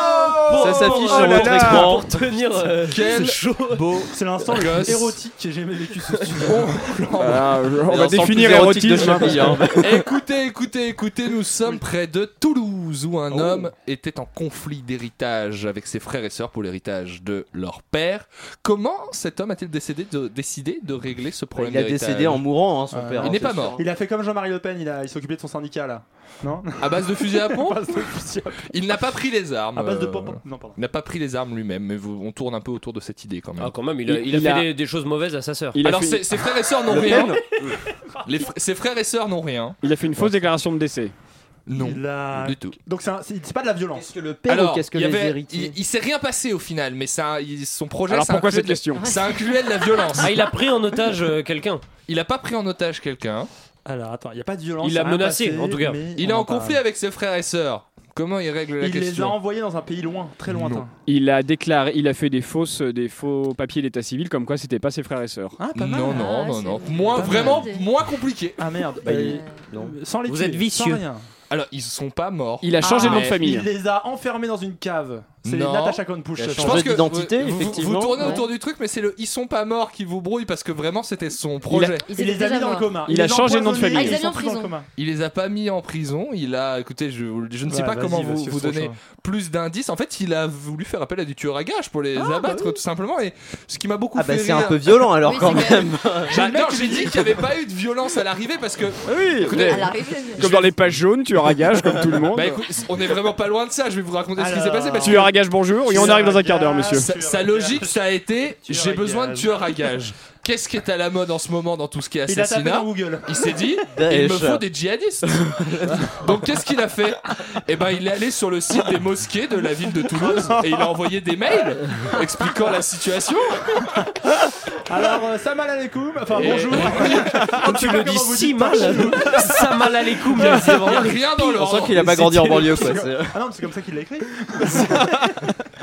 Speaker 11: Oh
Speaker 12: Ça s'affiche sur
Speaker 4: là
Speaker 12: votre
Speaker 4: là,
Speaker 12: écran.
Speaker 4: pour tenir euh,
Speaker 1: <laughs> Quel
Speaker 4: ce show.
Speaker 1: beau
Speaker 11: C'est l'instant le
Speaker 1: gosse.
Speaker 11: plus érotique que j'ai jamais vécu
Speaker 14: <laughs>
Speaker 11: ce studio.
Speaker 14: Voilà, Ah, On
Speaker 12: Mais
Speaker 14: va
Speaker 12: on sent le
Speaker 14: définir
Speaker 12: plus érotique de
Speaker 14: érotisme.
Speaker 12: Chablis, hein.
Speaker 14: <laughs>
Speaker 1: Écoutez, écoutez, écoutez, nous sommes près de Toulouse où
Speaker 11: Oh.
Speaker 1: un homme était en conflit d'héritage avec ses frères et sœurs pour l'héritage de leur père. Comment cet homme a-t-il décidé de, décidé de régler ce problème
Speaker 12: Il a
Speaker 1: d'héritage
Speaker 12: décédé en mourant, hein, son
Speaker 11: Ouais.
Speaker 12: père.
Speaker 1: Euh, Il
Speaker 12: hein,
Speaker 1: n'est
Speaker 12: c'est
Speaker 1: pas
Speaker 12: sûr.
Speaker 1: mort.
Speaker 11: Il a fait comme Jean-Marie Le Pen, il, a- il s'est occupé de son syndicat là. Non
Speaker 1: <laughs> À base de
Speaker 11: <laughs>
Speaker 1: fusil à pompe,
Speaker 11: À base de fusil à-
Speaker 1: il n'a pas pris les armes.
Speaker 11: à base de
Speaker 1: euh,
Speaker 11: pompe. Non, pardon.
Speaker 1: Il n'a pas pris les armes lui-même, mais vous- on tourne un peu autour de cette idée quand même.
Speaker 4: Ah quand même il a,
Speaker 14: Il-
Speaker 4: il a
Speaker 14: il
Speaker 4: fait
Speaker 14: a-
Speaker 4: Des, des choses mauvaises à sa sœur
Speaker 14: Il a
Speaker 1: Alors
Speaker 14: fait-
Speaker 1: ses, ses frères et sœurs n'ont rien. Les fr- ses frères et sœurs n'ont rien.
Speaker 14: Il a fait une fausse déclaration de décès.
Speaker 1: Non,
Speaker 11: Il a-
Speaker 1: du tout.
Speaker 11: Donc c'est un- c'est c'est pas de la violence.
Speaker 12: Qu'est-ce que le père
Speaker 1: Alors,
Speaker 12: ou qu'est-ce que
Speaker 1: il y
Speaker 12: les
Speaker 1: avait-
Speaker 12: héritiers
Speaker 1: Il, il s'est rien passé au final, mais ça, il- son projet.
Speaker 14: Alors
Speaker 1: ça
Speaker 14: pourquoi
Speaker 1: incluait
Speaker 14: cette
Speaker 1: de la-
Speaker 14: question
Speaker 1: Ça incluait de la
Speaker 15: <laughs>
Speaker 1: violence.
Speaker 4: Ah il a pris en otage euh, quelqu'un
Speaker 1: Il a pas pris en otage quelqu'un.
Speaker 11: Alors attends, il y a pas de violence.
Speaker 4: Il a
Speaker 11: rien
Speaker 4: menacé,
Speaker 11: passé,
Speaker 4: en tout cas.
Speaker 11: mais
Speaker 1: Il est en
Speaker 11: parle.
Speaker 1: conflit avec ses frères et sœurs. Comment il règle la
Speaker 11: Il les a
Speaker 1: question
Speaker 11: envoyés dans un pays loin, très lointain.
Speaker 14: Il a déclaré, il a fait des fausses, euh, des faux papiers d'état civil comme quoi c'était pas ses frères et sœurs.
Speaker 11: Ah pas mal.
Speaker 1: Non, non,
Speaker 2: Ah,
Speaker 1: non,
Speaker 2: c'est
Speaker 1: non.
Speaker 2: vrai.
Speaker 1: Moins,
Speaker 11: Pas mal.
Speaker 1: vraiment, moins compliqué.
Speaker 11: Ah merde.
Speaker 12: Bah,
Speaker 11: Euh,
Speaker 12: il- non.
Speaker 11: Sans les
Speaker 4: Vous
Speaker 11: tuer,
Speaker 4: êtes
Speaker 11: sans
Speaker 4: vicieux.
Speaker 11: rien.
Speaker 1: Alors, ils sont pas morts.
Speaker 14: Il a
Speaker 1: Ah,
Speaker 14: changé le nom de
Speaker 1: mais
Speaker 14: famille.
Speaker 11: Il les a enfermés dans une cave. C'est
Speaker 1: Non.
Speaker 11: Natasha Cohn-Push.
Speaker 12: Il a
Speaker 11: ça,
Speaker 1: Je
Speaker 12: changé
Speaker 11: change.
Speaker 1: pense que
Speaker 12: d'identité,
Speaker 1: vous- vous- Vous,
Speaker 12: effectivement.
Speaker 1: tournez
Speaker 2: Ouais.
Speaker 1: autour du truc, mais c'est le ils sont pas morts qui vous brouille parce que vraiment c'était son
Speaker 14: Il a-
Speaker 1: projet.
Speaker 2: Ils
Speaker 11: Il
Speaker 2: étaient
Speaker 11: les a
Speaker 2: déjà
Speaker 11: mis dans le
Speaker 2: morts.
Speaker 11: coma.
Speaker 14: Il a changé de nom de famille.
Speaker 2: Ah, ils allaient en prison.
Speaker 1: Il les a pas mis en prison. Il a, écoutez, je, vous- je ne sais
Speaker 11: Ouais,
Speaker 1: pas
Speaker 11: vas-y,
Speaker 1: comment vous,
Speaker 11: monsieur
Speaker 1: vous donner
Speaker 11: Franchot.
Speaker 1: plus d'indices. En fait, il a voulu faire appel à du tueur à gages pour les
Speaker 11: Ah,
Speaker 1: abattre,
Speaker 11: bah oui.
Speaker 1: tout simplement. Et ce qui m'a beaucoup
Speaker 12: Ah bah
Speaker 1: fait
Speaker 12: c'est
Speaker 1: rire.
Speaker 12: un peu violent alors
Speaker 2: Oui,
Speaker 12: quand
Speaker 2: c'est
Speaker 12: même.
Speaker 1: J'adore, j'ai dit qu'il n'y avait pas eu de violence à l'arrivée parce que.
Speaker 11: Ah
Speaker 14: Oui.
Speaker 1: Écoutez,
Speaker 2: À l'arrivée.
Speaker 14: Comme dans les pages jaunes, tu as gage comme tout le monde.
Speaker 1: bah écoute, on est vraiment pas loin de ça. Je vais vous raconter ce qui
Speaker 11: Alors,
Speaker 1: s'est passé parce que
Speaker 14: Tu as gage bonjour et on arrive dans un quart d'heure, monsieur.
Speaker 1: Ah, sa, sa logique, ça a été
Speaker 11: Tueur
Speaker 1: j'ai
Speaker 11: à
Speaker 1: besoin de
Speaker 11: gages.
Speaker 1: tueur à gages. Qu'est-ce qui est à la mode en ce moment dans tout ce qui est
Speaker 11: Il a tapé
Speaker 1: assassinat
Speaker 11: dans Google.
Speaker 1: Il s'est dit, il me
Speaker 12: <laughs> Daesh.
Speaker 1: faut des djihadistes. <laughs> Donc qu'est-ce qu'il a fait Eh ben, il est allé sur le site des mosquées de la ville de Toulouse et il a envoyé des mails expliquant la
Speaker 11: <laughs>
Speaker 1: situation.
Speaker 11: <laughs> Alors, euh, Salam alaikum. Enfin,
Speaker 1: Et-
Speaker 11: bonjour.
Speaker 4: Ah, tu le
Speaker 11: Comment
Speaker 4: dis
Speaker 1: Oh,
Speaker 11: vous
Speaker 4: si
Speaker 11: dites
Speaker 4: mal
Speaker 12: <laughs>
Speaker 4: Ça mal à l'écoum c'est
Speaker 1: Il n'y a
Speaker 4: vraiment
Speaker 1: rien dans
Speaker 12: On sent
Speaker 1: l'ordre.
Speaker 12: qu'il a pas grandi en
Speaker 11: C'était
Speaker 12: banlieue
Speaker 11: le
Speaker 12: quoi.
Speaker 11: pire.
Speaker 12: c'est-
Speaker 11: Ah non, mais c'est comme ça qu'il l'a écrit.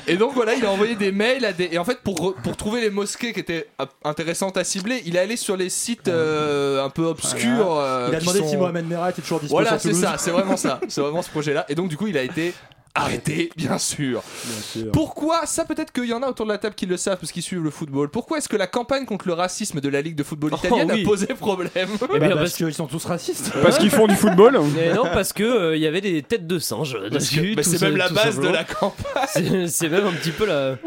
Speaker 1: Et donc voilà, il a envoyé des mails à des. Et en fait, pour, re- pour trouver les mosquées qui étaient euh, intéressantes à cibler, il est allé sur les sites euh, un peu obscurs. euh,
Speaker 11: Il a
Speaker 1: qui
Speaker 11: demandé
Speaker 1: sont-
Speaker 11: si Mohamed Merah était toujours disponible.
Speaker 1: Voilà, c'est ça, c'est vraiment ça. C'est vraiment ce projet-là. Et donc, du coup, il a été arrêté, bien sûr. Pourquoi Ça, peut-être qu'il y en a autour de la table qui le savent parce qu'ils suivent le football. Pourquoi est-ce que la campagne contre le racisme de la Ligue de football
Speaker 12: Oh,
Speaker 1: italienne
Speaker 4: oui.
Speaker 1: a posé problème
Speaker 4: Eh bien, parce
Speaker 11: ben, parce qu'ils sont tous racistes.
Speaker 14: Parce qu'ils font du football.
Speaker 4: <laughs> Mais non, parce que euh, il y avait des têtes de singe euh, dessus.
Speaker 1: Bah,
Speaker 4: tout
Speaker 1: C'est
Speaker 4: ça-
Speaker 1: même la
Speaker 4: tout
Speaker 1: base de
Speaker 4: simplement.
Speaker 1: la campagne.
Speaker 4: C'est- C'est même un petit peu la.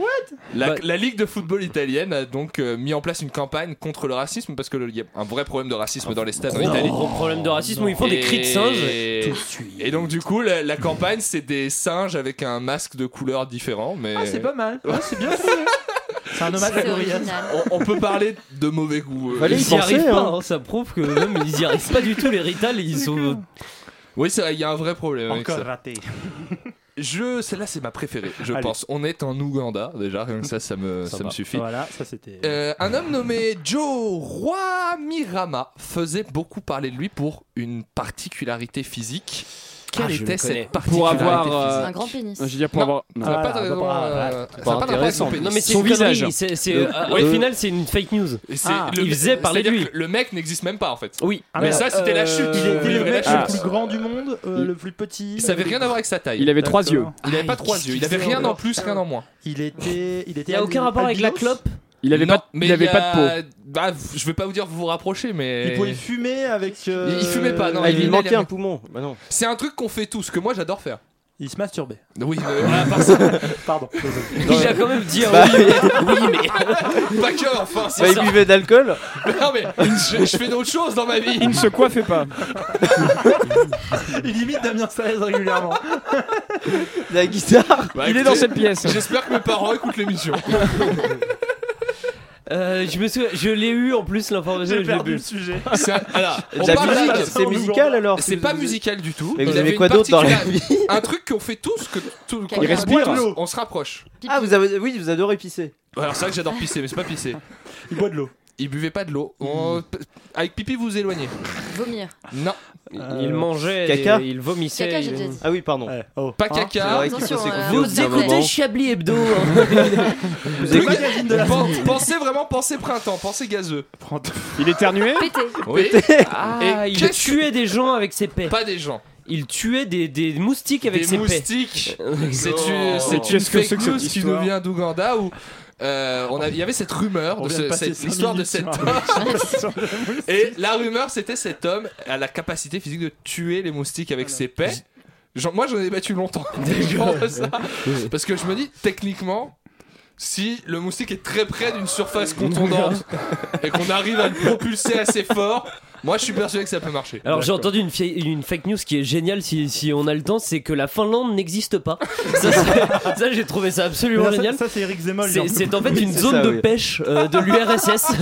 Speaker 1: La,
Speaker 4: Bah-
Speaker 1: la Ligue de football italienne a donc euh, mis en place une campagne contre le racisme parce qu'il y a un vrai problème de racisme dans les stades en Italie.
Speaker 4: gros problème de racisme où ils font des cris de singe.
Speaker 1: Et... Et donc du coup, la, la campagne, c'est des singes singe avec un masque de couleur différent. Mais...
Speaker 11: Ah, c'est pas mal. Ouais, c'est bien trouvé. C'est un hommage à
Speaker 1: C'est
Speaker 11: Gorillaz.
Speaker 1: original. On, on peut parler de mauvais goût. euh,
Speaker 11: Fallait
Speaker 1: ils
Speaker 11: y
Speaker 1: sont-
Speaker 11: penser,
Speaker 4: arrivent pas,
Speaker 11: hein.
Speaker 4: hein, ça prouve que même ils y arrivent pas du tout, les Rital, ils sont.
Speaker 1: Oui, c'est vrai, il y a un vrai problème. avec
Speaker 11: Encore
Speaker 1: ça.
Speaker 11: raté.
Speaker 1: Je, celle-là, c'est ma préférée, je
Speaker 11: Allez.
Speaker 1: pense. On est en Ouganda, déjà, rien que ça, ça me, ça
Speaker 11: va.
Speaker 1: me suffit.
Speaker 11: Voilà, ça c'était.
Speaker 1: Euh, un homme nommé Joe Roi Mirama faisait beaucoup parler de lui pour une particularité physique. Quelle
Speaker 14: Ah, je
Speaker 1: était
Speaker 14: le connais.
Speaker 1: cette
Speaker 14: Pour
Speaker 1: particularité
Speaker 14: avoir,
Speaker 1: physique
Speaker 14: euh, Un grand pénis. je veux dire, pour avoir-
Speaker 1: Ça n'a
Speaker 14: Ah,
Speaker 1: pas
Speaker 14: là,
Speaker 1: de-
Speaker 14: bah,
Speaker 1: euh,
Speaker 14: bah, bah,
Speaker 1: ça n'a
Speaker 14: bah,
Speaker 1: pas d'intérêt avec son
Speaker 14: intéressant.
Speaker 1: pénis.
Speaker 14: Non, mais c'est Son une connerie, visage. c'est- c'est, euh, euh, au final,
Speaker 4: c'est une fake news.
Speaker 1: Et c'est-
Speaker 4: Ah.
Speaker 1: le-
Speaker 4: Il faisait parler de
Speaker 1: c'est-à-dire
Speaker 4: lui.
Speaker 1: que Le mec n'existe même pas en fait.
Speaker 4: Oui.
Speaker 1: mais
Speaker 14: Ah,
Speaker 1: ça Ah, c'était
Speaker 14: euh,
Speaker 1: la chute.
Speaker 11: Il était Euh, le
Speaker 1: avait la
Speaker 11: mec
Speaker 1: chute.
Speaker 11: le plus grand du monde, euh, le plus petit.
Speaker 1: Ça avait rien à voir avec sa taille.
Speaker 14: Il avait trois
Speaker 1: D'accord.
Speaker 14: yeux.
Speaker 1: Il avait
Speaker 11: Ah,
Speaker 1: pas trois
Speaker 11: qu'est-ce
Speaker 1: yeux. Il
Speaker 11: qu'il
Speaker 1: avait
Speaker 11: fait
Speaker 1: rien en
Speaker 11: encore
Speaker 1: plus, rien en moins.
Speaker 11: Il était. Il était.
Speaker 1: Il a aucun rapport avec la
Speaker 11: albinos.
Speaker 1: clope
Speaker 14: Il avait
Speaker 1: Non,
Speaker 14: pas,
Speaker 1: mais
Speaker 14: il avait
Speaker 1: y a-
Speaker 14: pas de peau.
Speaker 1: Bah, v- je vais pas vous dire vous vous rapprochez, mais.
Speaker 11: Il pouvait fumer avec. euh,
Speaker 1: Il- il fumait pas,
Speaker 14: Ah,
Speaker 1: non.
Speaker 11: il
Speaker 1: il- il
Speaker 11: manquait
Speaker 1: avait-
Speaker 11: un
Speaker 1: <laughs>
Speaker 12: poumon. Bah non.
Speaker 1: C'est un truc qu'on fait tous, que moi j'adore faire.
Speaker 11: Il se masturbait.
Speaker 1: Oui, euh, <laughs> voilà, par ça.
Speaker 11: Pardon. désolé.
Speaker 1: Il a quand même dit un
Speaker 12: Bah,
Speaker 1: oui, mais. <laughs> Oui, <laughs> mais. Pas que, <laughs> enfin, c'est
Speaker 12: Bah, il
Speaker 1: ça.
Speaker 12: buvait d'alcool.
Speaker 1: <laughs> Non, mais je, je fais d'autres choses dans ma vie.
Speaker 14: Il ne se coiffait pas.
Speaker 11: <laughs> Il imite Damien Sarez régulièrement.
Speaker 12: La guitare.
Speaker 1: Bah,
Speaker 14: Il est
Speaker 1: écoutez,
Speaker 14: dans cette pièce.
Speaker 1: J'espère que mes parents écoutent
Speaker 14: <laughs>
Speaker 1: l'émission.
Speaker 4: Euh, je me souviens, je l'ai eu en plus
Speaker 11: <laughs>
Speaker 4: l'information.
Speaker 11: J'ai
Speaker 4: je l'ai
Speaker 11: perdu
Speaker 4: bu.
Speaker 11: le sujet.
Speaker 1: <laughs> C'est un- alors, on
Speaker 4: La
Speaker 1: parle
Speaker 4: musique,
Speaker 1: de-
Speaker 4: c'est musical, alors,
Speaker 1: C'est
Speaker 4: si vous
Speaker 1: pas
Speaker 4: avez-
Speaker 1: musical du tout.
Speaker 4: Mais vous
Speaker 1: Il y
Speaker 4: avez
Speaker 1: avait
Speaker 4: quoi
Speaker 1: une
Speaker 4: d'autre dans la
Speaker 1: particularité- Un truc qu'on fait tous, que tout
Speaker 14: Il respire.
Speaker 1: On se rapproche.
Speaker 12: Ah, vous avez, oui, vous adorez pisser.
Speaker 1: Alors c'est vrai que j'adore pisser, mais c'est
Speaker 2: <laughs>
Speaker 1: pas pisser.
Speaker 11: Il boit de l'eau.
Speaker 1: Il buvait pas de l'eau.
Speaker 4: Hmm.
Speaker 1: On- p- Avec pipi, vous vous éloignez.
Speaker 2: Vomir.
Speaker 1: Non.
Speaker 4: Euh, Il mangeait,
Speaker 12: Caca
Speaker 4: des- il vomissait.
Speaker 2: Caca, j'ai
Speaker 4: il-
Speaker 2: déjà dit.
Speaker 12: Ah oui, pardon.
Speaker 1: Pas
Speaker 4: Hein
Speaker 1: caca.
Speaker 2: Attention, euh,
Speaker 4: Vous écoutez Chablis Hebdo. <laughs> hein.
Speaker 1: Plus-
Speaker 4: écoutez- Magazine de la
Speaker 1: Pen-
Speaker 4: santé.
Speaker 1: Pensez vraiment, pensez printemps, pensez gazeux.
Speaker 14: Il éternuait
Speaker 2: Pété.
Speaker 1: Oui.
Speaker 4: Ah,
Speaker 1: Et
Speaker 4: il
Speaker 1: qu'est-ce que-
Speaker 4: tuait des gens avec ses pets.
Speaker 1: Pas des gens.
Speaker 4: Il tuait des, des moustiques avec
Speaker 1: Des
Speaker 4: ses pets. <laughs>
Speaker 1: moustiques.
Speaker 14: <laughs>
Speaker 1: C'est une, c'est une
Speaker 14: Qu'est-ce que c'est
Speaker 1: fake
Speaker 14: que
Speaker 1: news
Speaker 14: cette
Speaker 1: qui nous
Speaker 14: histoire
Speaker 1: vient d'Ouganda où euh, on a- il y avait cette rumeur
Speaker 11: On
Speaker 1: de
Speaker 11: vient
Speaker 1: ce-
Speaker 11: de passer
Speaker 1: cette
Speaker 11: cinq
Speaker 1: histoire de
Speaker 11: minutes
Speaker 1: cet <laughs>
Speaker 11: sur
Speaker 1: homme. Et la rumeur c'était cet homme a la capacité physique de tuer les moustiques avec ses pets. Genre, moi j'en ai battu
Speaker 14: <laughs>
Speaker 1: longtemps contre ça. parce que je me dis techniquement si le moustique est très près d'une surface
Speaker 14: <laughs>
Speaker 1: contondante et qu'on arrive à le propulser assez fort, moi je suis persuadé que ça peut marcher.
Speaker 4: Alors j'ai entendu une, fie- une fake news qui est géniale si, si on a le temps, c'est que la Finlande n'existe pas. <laughs> Ça, c'est- ça, j'ai trouvé ça absolument
Speaker 11: Mais là, ça-
Speaker 4: génial.
Speaker 11: Ça, c'est Eric Zemmoll.
Speaker 4: C'est- C'est en fait une
Speaker 12: c'est
Speaker 4: zone
Speaker 12: ça,
Speaker 4: de
Speaker 12: oui.
Speaker 4: pêche euh,
Speaker 1: <laughs>
Speaker 4: de l'URSS,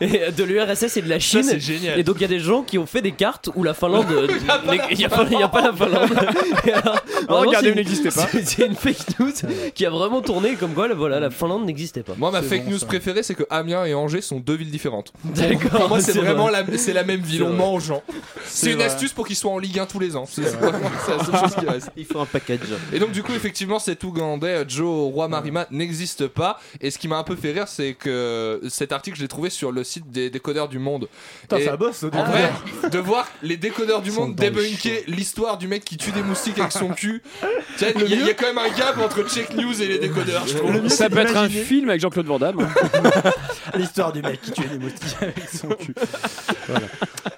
Speaker 4: et euh, de l'URSS et de la Chine.
Speaker 1: c'est génial.
Speaker 4: Et donc il y a des gens qui ont fait des cartes où
Speaker 1: <laughs>
Speaker 4: la Finlande, euh, n'ex- il n'y a, pas- il y a pas la Finlande. Et alors,
Speaker 1: Oh,
Speaker 4: vraiment,
Speaker 14: regardez,
Speaker 4: c'est
Speaker 14: vous
Speaker 4: une-
Speaker 14: n'existez pas.
Speaker 4: c'est- C'est une fake news qui a vraiment tourné comme quoi, la- voilà, la Finlande n'existait pas.
Speaker 1: Moi, ma
Speaker 4: C'est
Speaker 1: fake
Speaker 4: bon,
Speaker 1: news
Speaker 4: ça.
Speaker 1: préférée, c'est que Amiens et Angers sont deux villes différentes.
Speaker 15: <laughs>
Speaker 1: Pour-
Speaker 4: <laughs> D'accord,
Speaker 1: Pour moi, c'est
Speaker 4: c'est
Speaker 1: vraiment
Speaker 4: vrai.
Speaker 1: la, c'est la même ville.
Speaker 4: C'est
Speaker 1: On
Speaker 4: vrai.
Speaker 1: ment aux gens. C'est une
Speaker 11: vrai.
Speaker 1: astuce pour qu'ils soient en Ligue 1 tous les ans. C'est vraiment- c'est la seule chose qui reste.
Speaker 12: Il faut un package.
Speaker 1: Et donc, du coup, effectivement, cet Ougandais, Joe Roi Marima, n'existe pas. Et ce qui m'a un peu fait rire, c'est que cet article, je l'ai trouvé sur le site des décodeurs du monde.
Speaker 11: Putain,
Speaker 1: Et
Speaker 11: ça bosse.
Speaker 1: en vrai, de voir les décodeurs du monde débunker l'histoire du mec qui tue des moustiques avec son cul, Tiens, il y, a- il y a quand même un gap entre Check News et les décodeurs, je trouve.
Speaker 14: Ça peut être un film avec Jean-Claude Van Damme. hein.
Speaker 11: L'histoire du mec qui tuait des moustiques avec son cul.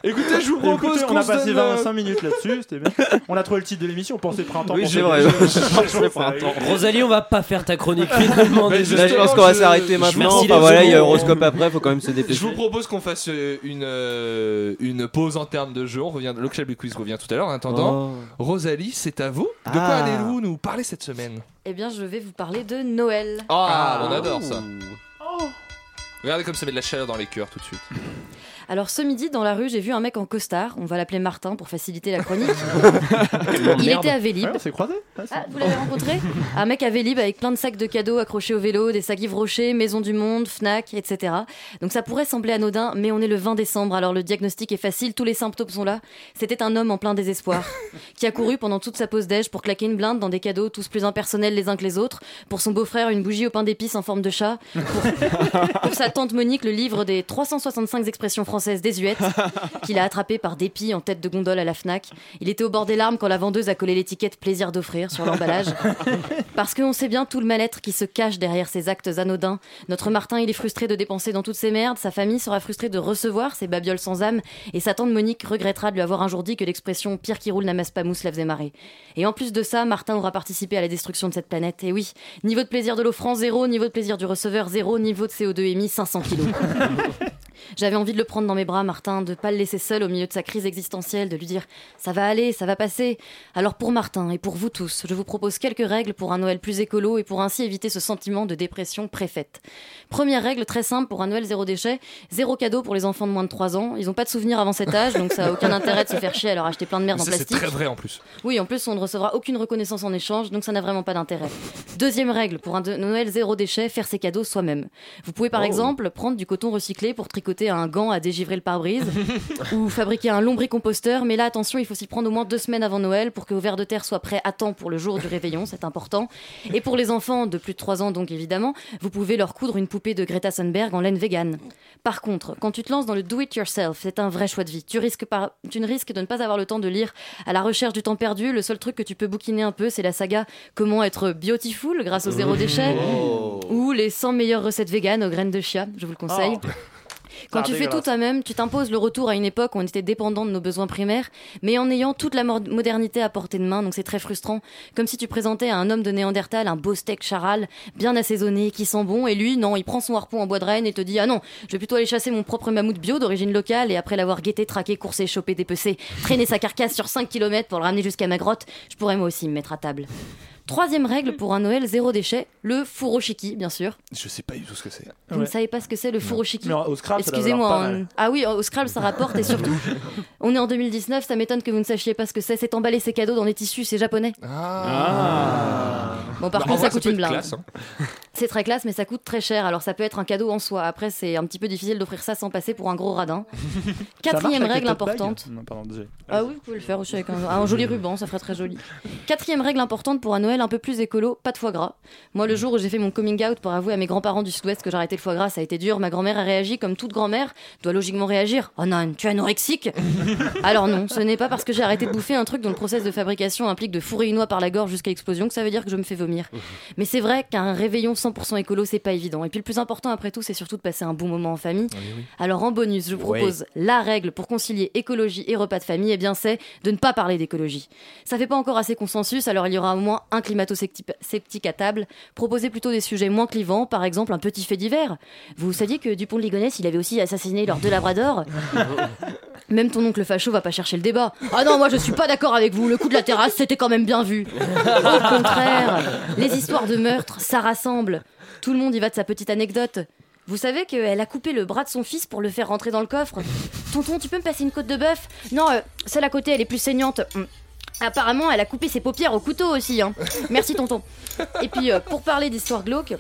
Speaker 1: Écoutez, je vous propose
Speaker 11: <laughs> Écoutez, on
Speaker 1: qu'on
Speaker 11: a
Speaker 1: se
Speaker 11: passé
Speaker 1: donne,
Speaker 11: 25 minutes là-dessus, c'était bien. On a trouvé le titre de l'émission, pensez printemps.
Speaker 12: Oui,
Speaker 11: pensez-
Speaker 12: c'est vrai.
Speaker 11: Pensez printemps.
Speaker 4: Rosalie, on va pas faire
Speaker 11: <laughs>
Speaker 4: ta chronique finalement.
Speaker 1: Mais
Speaker 4: désolé.
Speaker 12: Là, je pense qu'on va s'arrêter maintenant.
Speaker 4: Merci
Speaker 12: Enfin
Speaker 4: les
Speaker 12: voilà, il y a
Speaker 4: secondes.
Speaker 12: horoscope après, faut quand même se
Speaker 1: Je
Speaker 12: dépêcher.
Speaker 1: vous propose qu'on fasse euh, une, euh, une pause en termes de jeu. On revient, le Chablis Quiz revient tout à l'heure. En attendant, Rosalie, c'est à vous. De quoi
Speaker 12: Oh. Ah.
Speaker 1: allez-vous nous parler cette semaine
Speaker 2: Eh bien, je vais vous parler de Noël. Oh.
Speaker 1: ah, on adore ça. Regardez comme ça met de la chaleur dans les cœurs tout de suite.
Speaker 2: Alors ce midi dans la rue, j'ai vu un mec en costard, on va l'appeler Martin pour faciliter la
Speaker 1: <laughs>
Speaker 2: chronique. Il était à Vélib.
Speaker 11: Ouais, on s'est croisés. Ouais, c'est-
Speaker 2: Ah, vous l'avez
Speaker 11: <laughs>
Speaker 2: rencontré Un mec à Vélib avec plein de sacs de cadeaux accrochés au vélo, des sacs Yves Rocher, Maison du Monde, Fnac, etc. Donc ça pourrait sembler anodin, mais on est le 20 décembre, alors le diagnostic est facile, tous les symptômes sont là. C'était un homme en plein désespoir, qui a couru pendant toute sa pause déj pour claquer une blinde dans des cadeaux tous plus impersonnels les uns que les autres, pour son beau-frère une bougie au pain d'épices en forme de chat, pour sa tante Monique le livre des 365 expressions françaises désuètes qu'il a attrapé par dépit en tête de gondole à la Fnac. Il était au bord des larmes quand la vendeuse a collé l'étiquette plaisir d'offrir sur l'emballage. Parce qu'on sait bien tout le mal-être qui se cache derrière ces actes anodins. Notre Martin, il est frustré de dépenser dans toutes ses merdes, sa famille sera frustrée de recevoir ses babioles sans âme, et sa tante Monique regrettera de lui avoir un jour dit que l'expression pire qui roule n'amasse pas mousse la faisait marrer. Et en plus de ça, Martin aura participé à la destruction de cette planète. Et oui, niveau de plaisir de l'offrant, zéro, niveau de plaisir du receveur, zéro, niveau de CO2 émis, 500 kilos. J'avais envie de le prendre dans mes bras, Martin, de pas le laisser seul au milieu de sa crise existentielle, de lui dire ça va aller, ça va passer. Alors pour Martin et pour vous tous, je vous propose quelques règles pour un Noël plus écolo et pour ainsi éviter ce sentiment de dépression préfète. Première règle très simple pour un Noël zéro déchet, zéro cadeau pour les enfants de moins de 3 ans. Ils n'ont pas de souvenirs avant cet âge, donc ça a aucun intérêt de se faire chier à leur acheter plein de merde en
Speaker 1: Ça, C'est
Speaker 2: plastique.
Speaker 1: très vrai en plus.
Speaker 2: Oui, en plus, on ne recevra aucune reconnaissance en échange, donc ça n'a vraiment pas d'intérêt. Deuxième règle, pour un de- Noël zéro déchet, faire ses cadeaux soi-même. Vous pouvez par
Speaker 18: Oh.
Speaker 2: exemple prendre du coton recyclé pour tricoter un gant à dégivrer le pare-brise, ou fabriquer un lombricomposteur, mais là, attention, il faut s'y prendre au moins deux semaines avant Noël pour que vos vers de terre soient prêts à temps pour le jour du réveillon, c'est important. Et pour les enfants de plus de 3 ans, donc évidemment, vous pouvez leur coudre une poupée de Greta Thunberg en laine vegan. Par contre, quand tu te lances dans le do-it-yourself, c'est un vrai choix de vie. Tu, risques par- tu ne risques de ne pas avoir le temps de lire à la recherche du temps perdu. Le seul truc que tu peux bouquiner un peu, c'est la saga Comment être beautiful grâce au zéro déchet ou les 100 meilleures recettes véganes aux graines de chia. Je vous le conseille.
Speaker 18: Oh.
Speaker 2: Quand
Speaker 18: Ah,
Speaker 2: tu fais tout
Speaker 18: dégueulasse.
Speaker 2: toi-même, tu t'imposes le retour à une époque où on était dépendant de nos besoins primaires, mais en ayant toute la mor- modernité à portée de main, donc c'est très frustrant. Comme si tu présentais à un homme de Néandertal un beau steak charal, bien assaisonné, qui sent bon, et lui, non, il prend son harpon en bois de renne et te dit Ah non, je vais plutôt aller chasser mon propre mammouth bio d'origine locale, et après l'avoir guetté, traqué, coursé, chopé, dépecé, traîné sa carcasse sur 5 km pour le ramener jusqu'à ma grotte, je pourrais moi aussi me mettre à table. Troisième règle pour un Noël zéro déchet, le furoshiki, bien sûr.
Speaker 1: Je sais pas du tout ce que c'est.
Speaker 2: Vous ne savez pas ce que c'est le furoshiki
Speaker 11: Mais au Scrabble, ça doit
Speaker 2: Excusez-moi.
Speaker 11: valoir pas
Speaker 2: hein.
Speaker 11: mal.
Speaker 2: Ah oui, au Scrabble, ça rapporte
Speaker 11: <laughs>
Speaker 2: et
Speaker 1: <laughs>
Speaker 2: surtout, on est en 2019, ça m'étonne que vous ne sachiez pas ce que c'est. C'est emballer ses cadeaux dans des tissus, c'est japonais. Bon, par
Speaker 1: Ah. Bah, en
Speaker 2: contre,
Speaker 1: vrai,
Speaker 2: ça coûte
Speaker 1: peut
Speaker 2: une
Speaker 1: être
Speaker 2: blinde.
Speaker 1: classe, hein.
Speaker 2: <laughs> C'est très classe, mais ça coûte très cher. Alors ça peut être un cadeau en soi. Après, c'est un petit peu difficile d'offrir ça sans passer pour un gros radin.
Speaker 11: Ça marche
Speaker 2: Quatrième
Speaker 11: avec les
Speaker 2: règle
Speaker 11: tote bags
Speaker 2: importante.
Speaker 11: hein. Non, pardon, désolé.
Speaker 2: Ah oui, vous pouvez le faire aussi avec un, un joli ruban, ça ferait très joli. Quatrième règle importante pour un Noël un peu plus écolo, pas de foie gras. Moi, le jour où j'ai fait mon coming out pour avouer à mes grands-parents du Sud-Ouest que j'arrêtais le foie gras, ça a été dur. Ma grand-mère a réagi comme toute grand-mère, doit logiquement réagir. Oh non, tu es anorexique Alors non, ce n'est pas parce que j'ai arrêté de bouffer un truc dont le process de fabrication implique de fourrer une noix par la gorge jusqu'à explosion que ça veut dire que je me fais vomir. Mais c'est vrai qu'un réveillon 100% écolo, c'est pas évident. Et puis le plus important après tout, c'est surtout de passer un bon moment en famille. Alors en bonus, je vous
Speaker 18: Ouais.
Speaker 2: propose la règle pour concilier écologie et repas de famille, eh bien c'est de ne pas parler d'écologie. Ça fait pas encore assez consensus, alors il y aura au moins un climato-sceptique à table. Proposez plutôt des sujets moins clivants, par exemple un petit fait divers. Vous saviez que Dupont de Ligonnès, il avait aussi assassiné leurs deux labradors Même ton oncle facho va pas chercher le débat. Ah non, moi je suis pas d'accord avec vous, le coup de la terrasse, c'était quand même bien vu. Au
Speaker 1: <laughs>
Speaker 2: contraire, les histoires de meurtre, ça rassemble. Tout le monde y va de sa petite anecdote. Vous savez qu'elle a coupé le bras de son fils pour le faire rentrer dans le coffre. Tonton, tu peux me passer une côte de bœuf Non, euh, celle à côté, elle est plus saignante. Hum. Apparemment, elle a coupé ses paupières au couteau aussi. Hein. Merci, tonton. Et puis, euh, pour parler d'histoires glauques,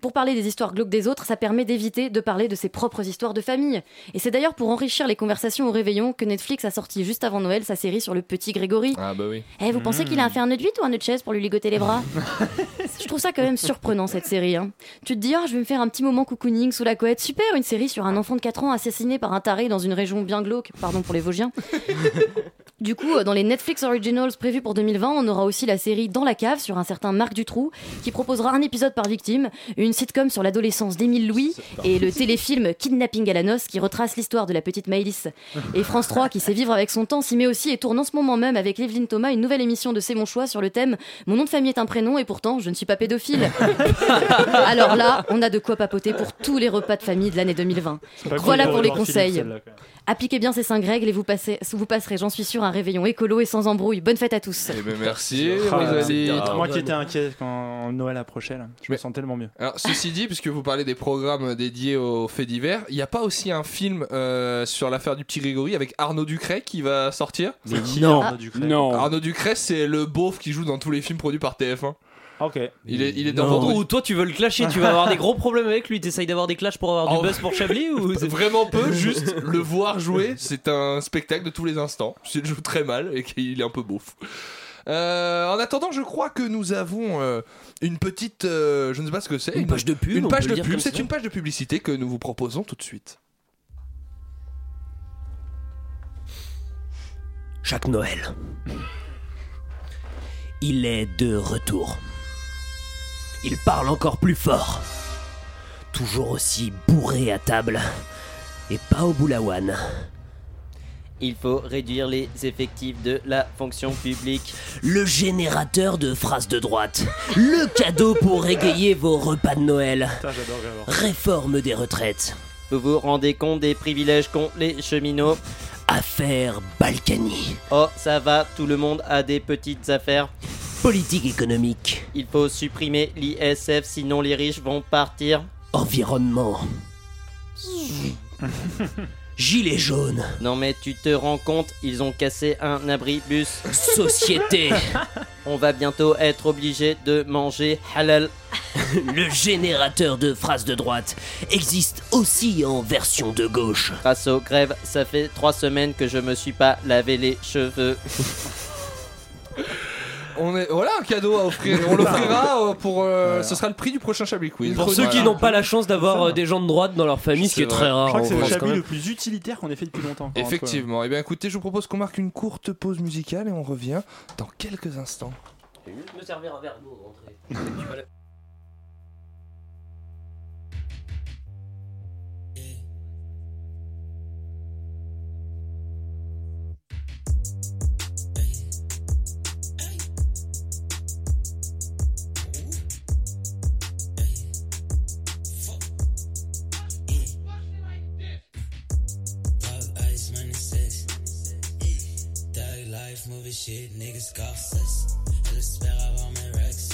Speaker 2: pour parler des histoires glauques des autres, ça permet d'éviter de parler de ses propres histoires de famille. Et c'est d'ailleurs pour enrichir les conversations au réveillon que Netflix a sorti juste avant Noël sa série sur le petit Grégory.
Speaker 1: Ah bah oui.
Speaker 2: Eh, vous pensez qu'il a fait un nœud de huit ou un nœud de chaise pour lui ligoter les bras Je trouve ça quand même surprenant cette série. hein. Tu te dis, oh, je vais me faire un petit moment cocooning sous la couette. Super, une série sur un enfant de 4 ans assassiné par un taré dans une région bien glauque. Pardon pour les Vosgiens. Du coup, euh, dans les Netflix Originals prévus pour 2020, on aura aussi la série Dans la cave sur un certain Marc Dutroux qui proposera un épisode par victime, une sitcom sur l'adolescence d'Émile Louis et le téléfilm Kidnapping à la noce qui retrace l'histoire de la petite Maëlys. Et France 3 qui sait vivre avec son temps s'y met aussi et tourne en ce moment même avec Evelyne Thomas une nouvelle émission de C'est mon choix sur le thème Mon nom de famille est un prénom et pourtant je ne suis pas pédophile. <laughs> Alors là, on a de quoi papoter pour tous les repas de famille de l'année 2020.
Speaker 18: pas cool
Speaker 2: Voilà
Speaker 18: pour
Speaker 2: pour les
Speaker 18: Edouard Philippe,
Speaker 2: conseils.
Speaker 18: celle-là, quand même.
Speaker 2: Appliquez bien ces cinq règles et vous, passez, vous passerez, j'en suis sûr, un réveillon écolo et sans embrouille. Bonne fête à tous.
Speaker 1: Eh ben merci,
Speaker 11: Ah,
Speaker 1: mes amis.
Speaker 11: c'est- Moi qui étais inquiet quand Noël approchait, là, je me sens tellement mieux.
Speaker 1: Alors, ceci dit, puisque vous parlez des programmes dédiés aux faits divers, il n'y a pas aussi un film euh, sur l'affaire du petit Grégory avec Arnaud Ducret qui va sortir
Speaker 11: Mais qui, non. Arnaud Ducret
Speaker 1: non. Arnaud Ducret, c'est le beauf qui joue dans tous les films produits par TF1.
Speaker 11: Ok.
Speaker 1: Il est, il est dans
Speaker 11: Non.
Speaker 1: Vendredi.
Speaker 15: Ou toi, tu veux le clasher, tu vas avoir des gros problèmes avec lui. T'essayes d'avoir des clashs pour avoir
Speaker 1: En-
Speaker 15: du buzz
Speaker 1: <laughs>
Speaker 15: pour Chablis ou
Speaker 1: Oh. Vraiment
Speaker 15: <laughs>
Speaker 1: peu, juste le voir jouer, c'est un spectacle de tous les instants. Il joue très mal et qu'il est un peu beauf. Euh, en attendant, je crois que nous avons euh, une petite, euh, je ne sais pas ce que c'est, une page de pub. Une
Speaker 15: on
Speaker 1: page
Speaker 15: peut
Speaker 1: de
Speaker 15: le dire
Speaker 1: pub,
Speaker 15: comme
Speaker 1: c'est
Speaker 15: ça.
Speaker 1: une page de publicité que nous vous proposons tout de suite.
Speaker 4: Chaque Noël, il est de retour. Il parle encore plus fort. Toujours aussi bourré à table. Et pas au boulawan.
Speaker 13: Il faut réduire les effectifs de la fonction publique.
Speaker 4: Le générateur de phrases de droite. Le cadeau pour égayer vos repas de Noël.
Speaker 11: Putain, j'adorerais avoir.
Speaker 4: Réforme des retraites.
Speaker 13: Vous vous rendez compte des privilèges qu'ont les cheminots
Speaker 4: Affaires Balkany.
Speaker 13: Oh, ça va, tout le monde a des petites affaires.
Speaker 4: Politique économique.
Speaker 13: Il faut supprimer l'ISF, sinon les riches vont partir.
Speaker 4: Environnement. Gilets jaunes.
Speaker 13: Non mais tu te rends compte, ils ont cassé un abribus.
Speaker 4: Société.
Speaker 13: <laughs> On va bientôt être obligé de manger halal.
Speaker 4: <laughs> Le générateur de phrases de droite existe aussi en version de gauche.
Speaker 13: Grâce aux grèves, ça fait trois semaines que je me suis pas lavé les cheveux.
Speaker 1: On est, voilà un cadeau à offrir. On l'offrira euh, pour. euh, Ce sera le prix du prochain Chablis Quiz.
Speaker 15: Pour
Speaker 1: Voilà.
Speaker 15: ceux qui n'ont pas la chance d'avoir euh, des gens de droite dans leur famille, ce qui est
Speaker 1: vrai.
Speaker 15: très rare.
Speaker 1: Je crois que
Speaker 15: en
Speaker 1: c'est le
Speaker 15: France,
Speaker 1: Chablis
Speaker 15: quand même.
Speaker 11: Le plus utilitaire qu'on ait fait depuis longtemps. encore euh. une fois.
Speaker 1: Effectivement. Et bien écoutez, je vous propose qu'on marque une courte pause musicale et on revient dans quelques instants.
Speaker 4: Me servir un verre d'eau rentrée.
Speaker 18: Pop ice minus six. Thug life, movie shit, niggas scoff sus. Elle espère avoir mes rex.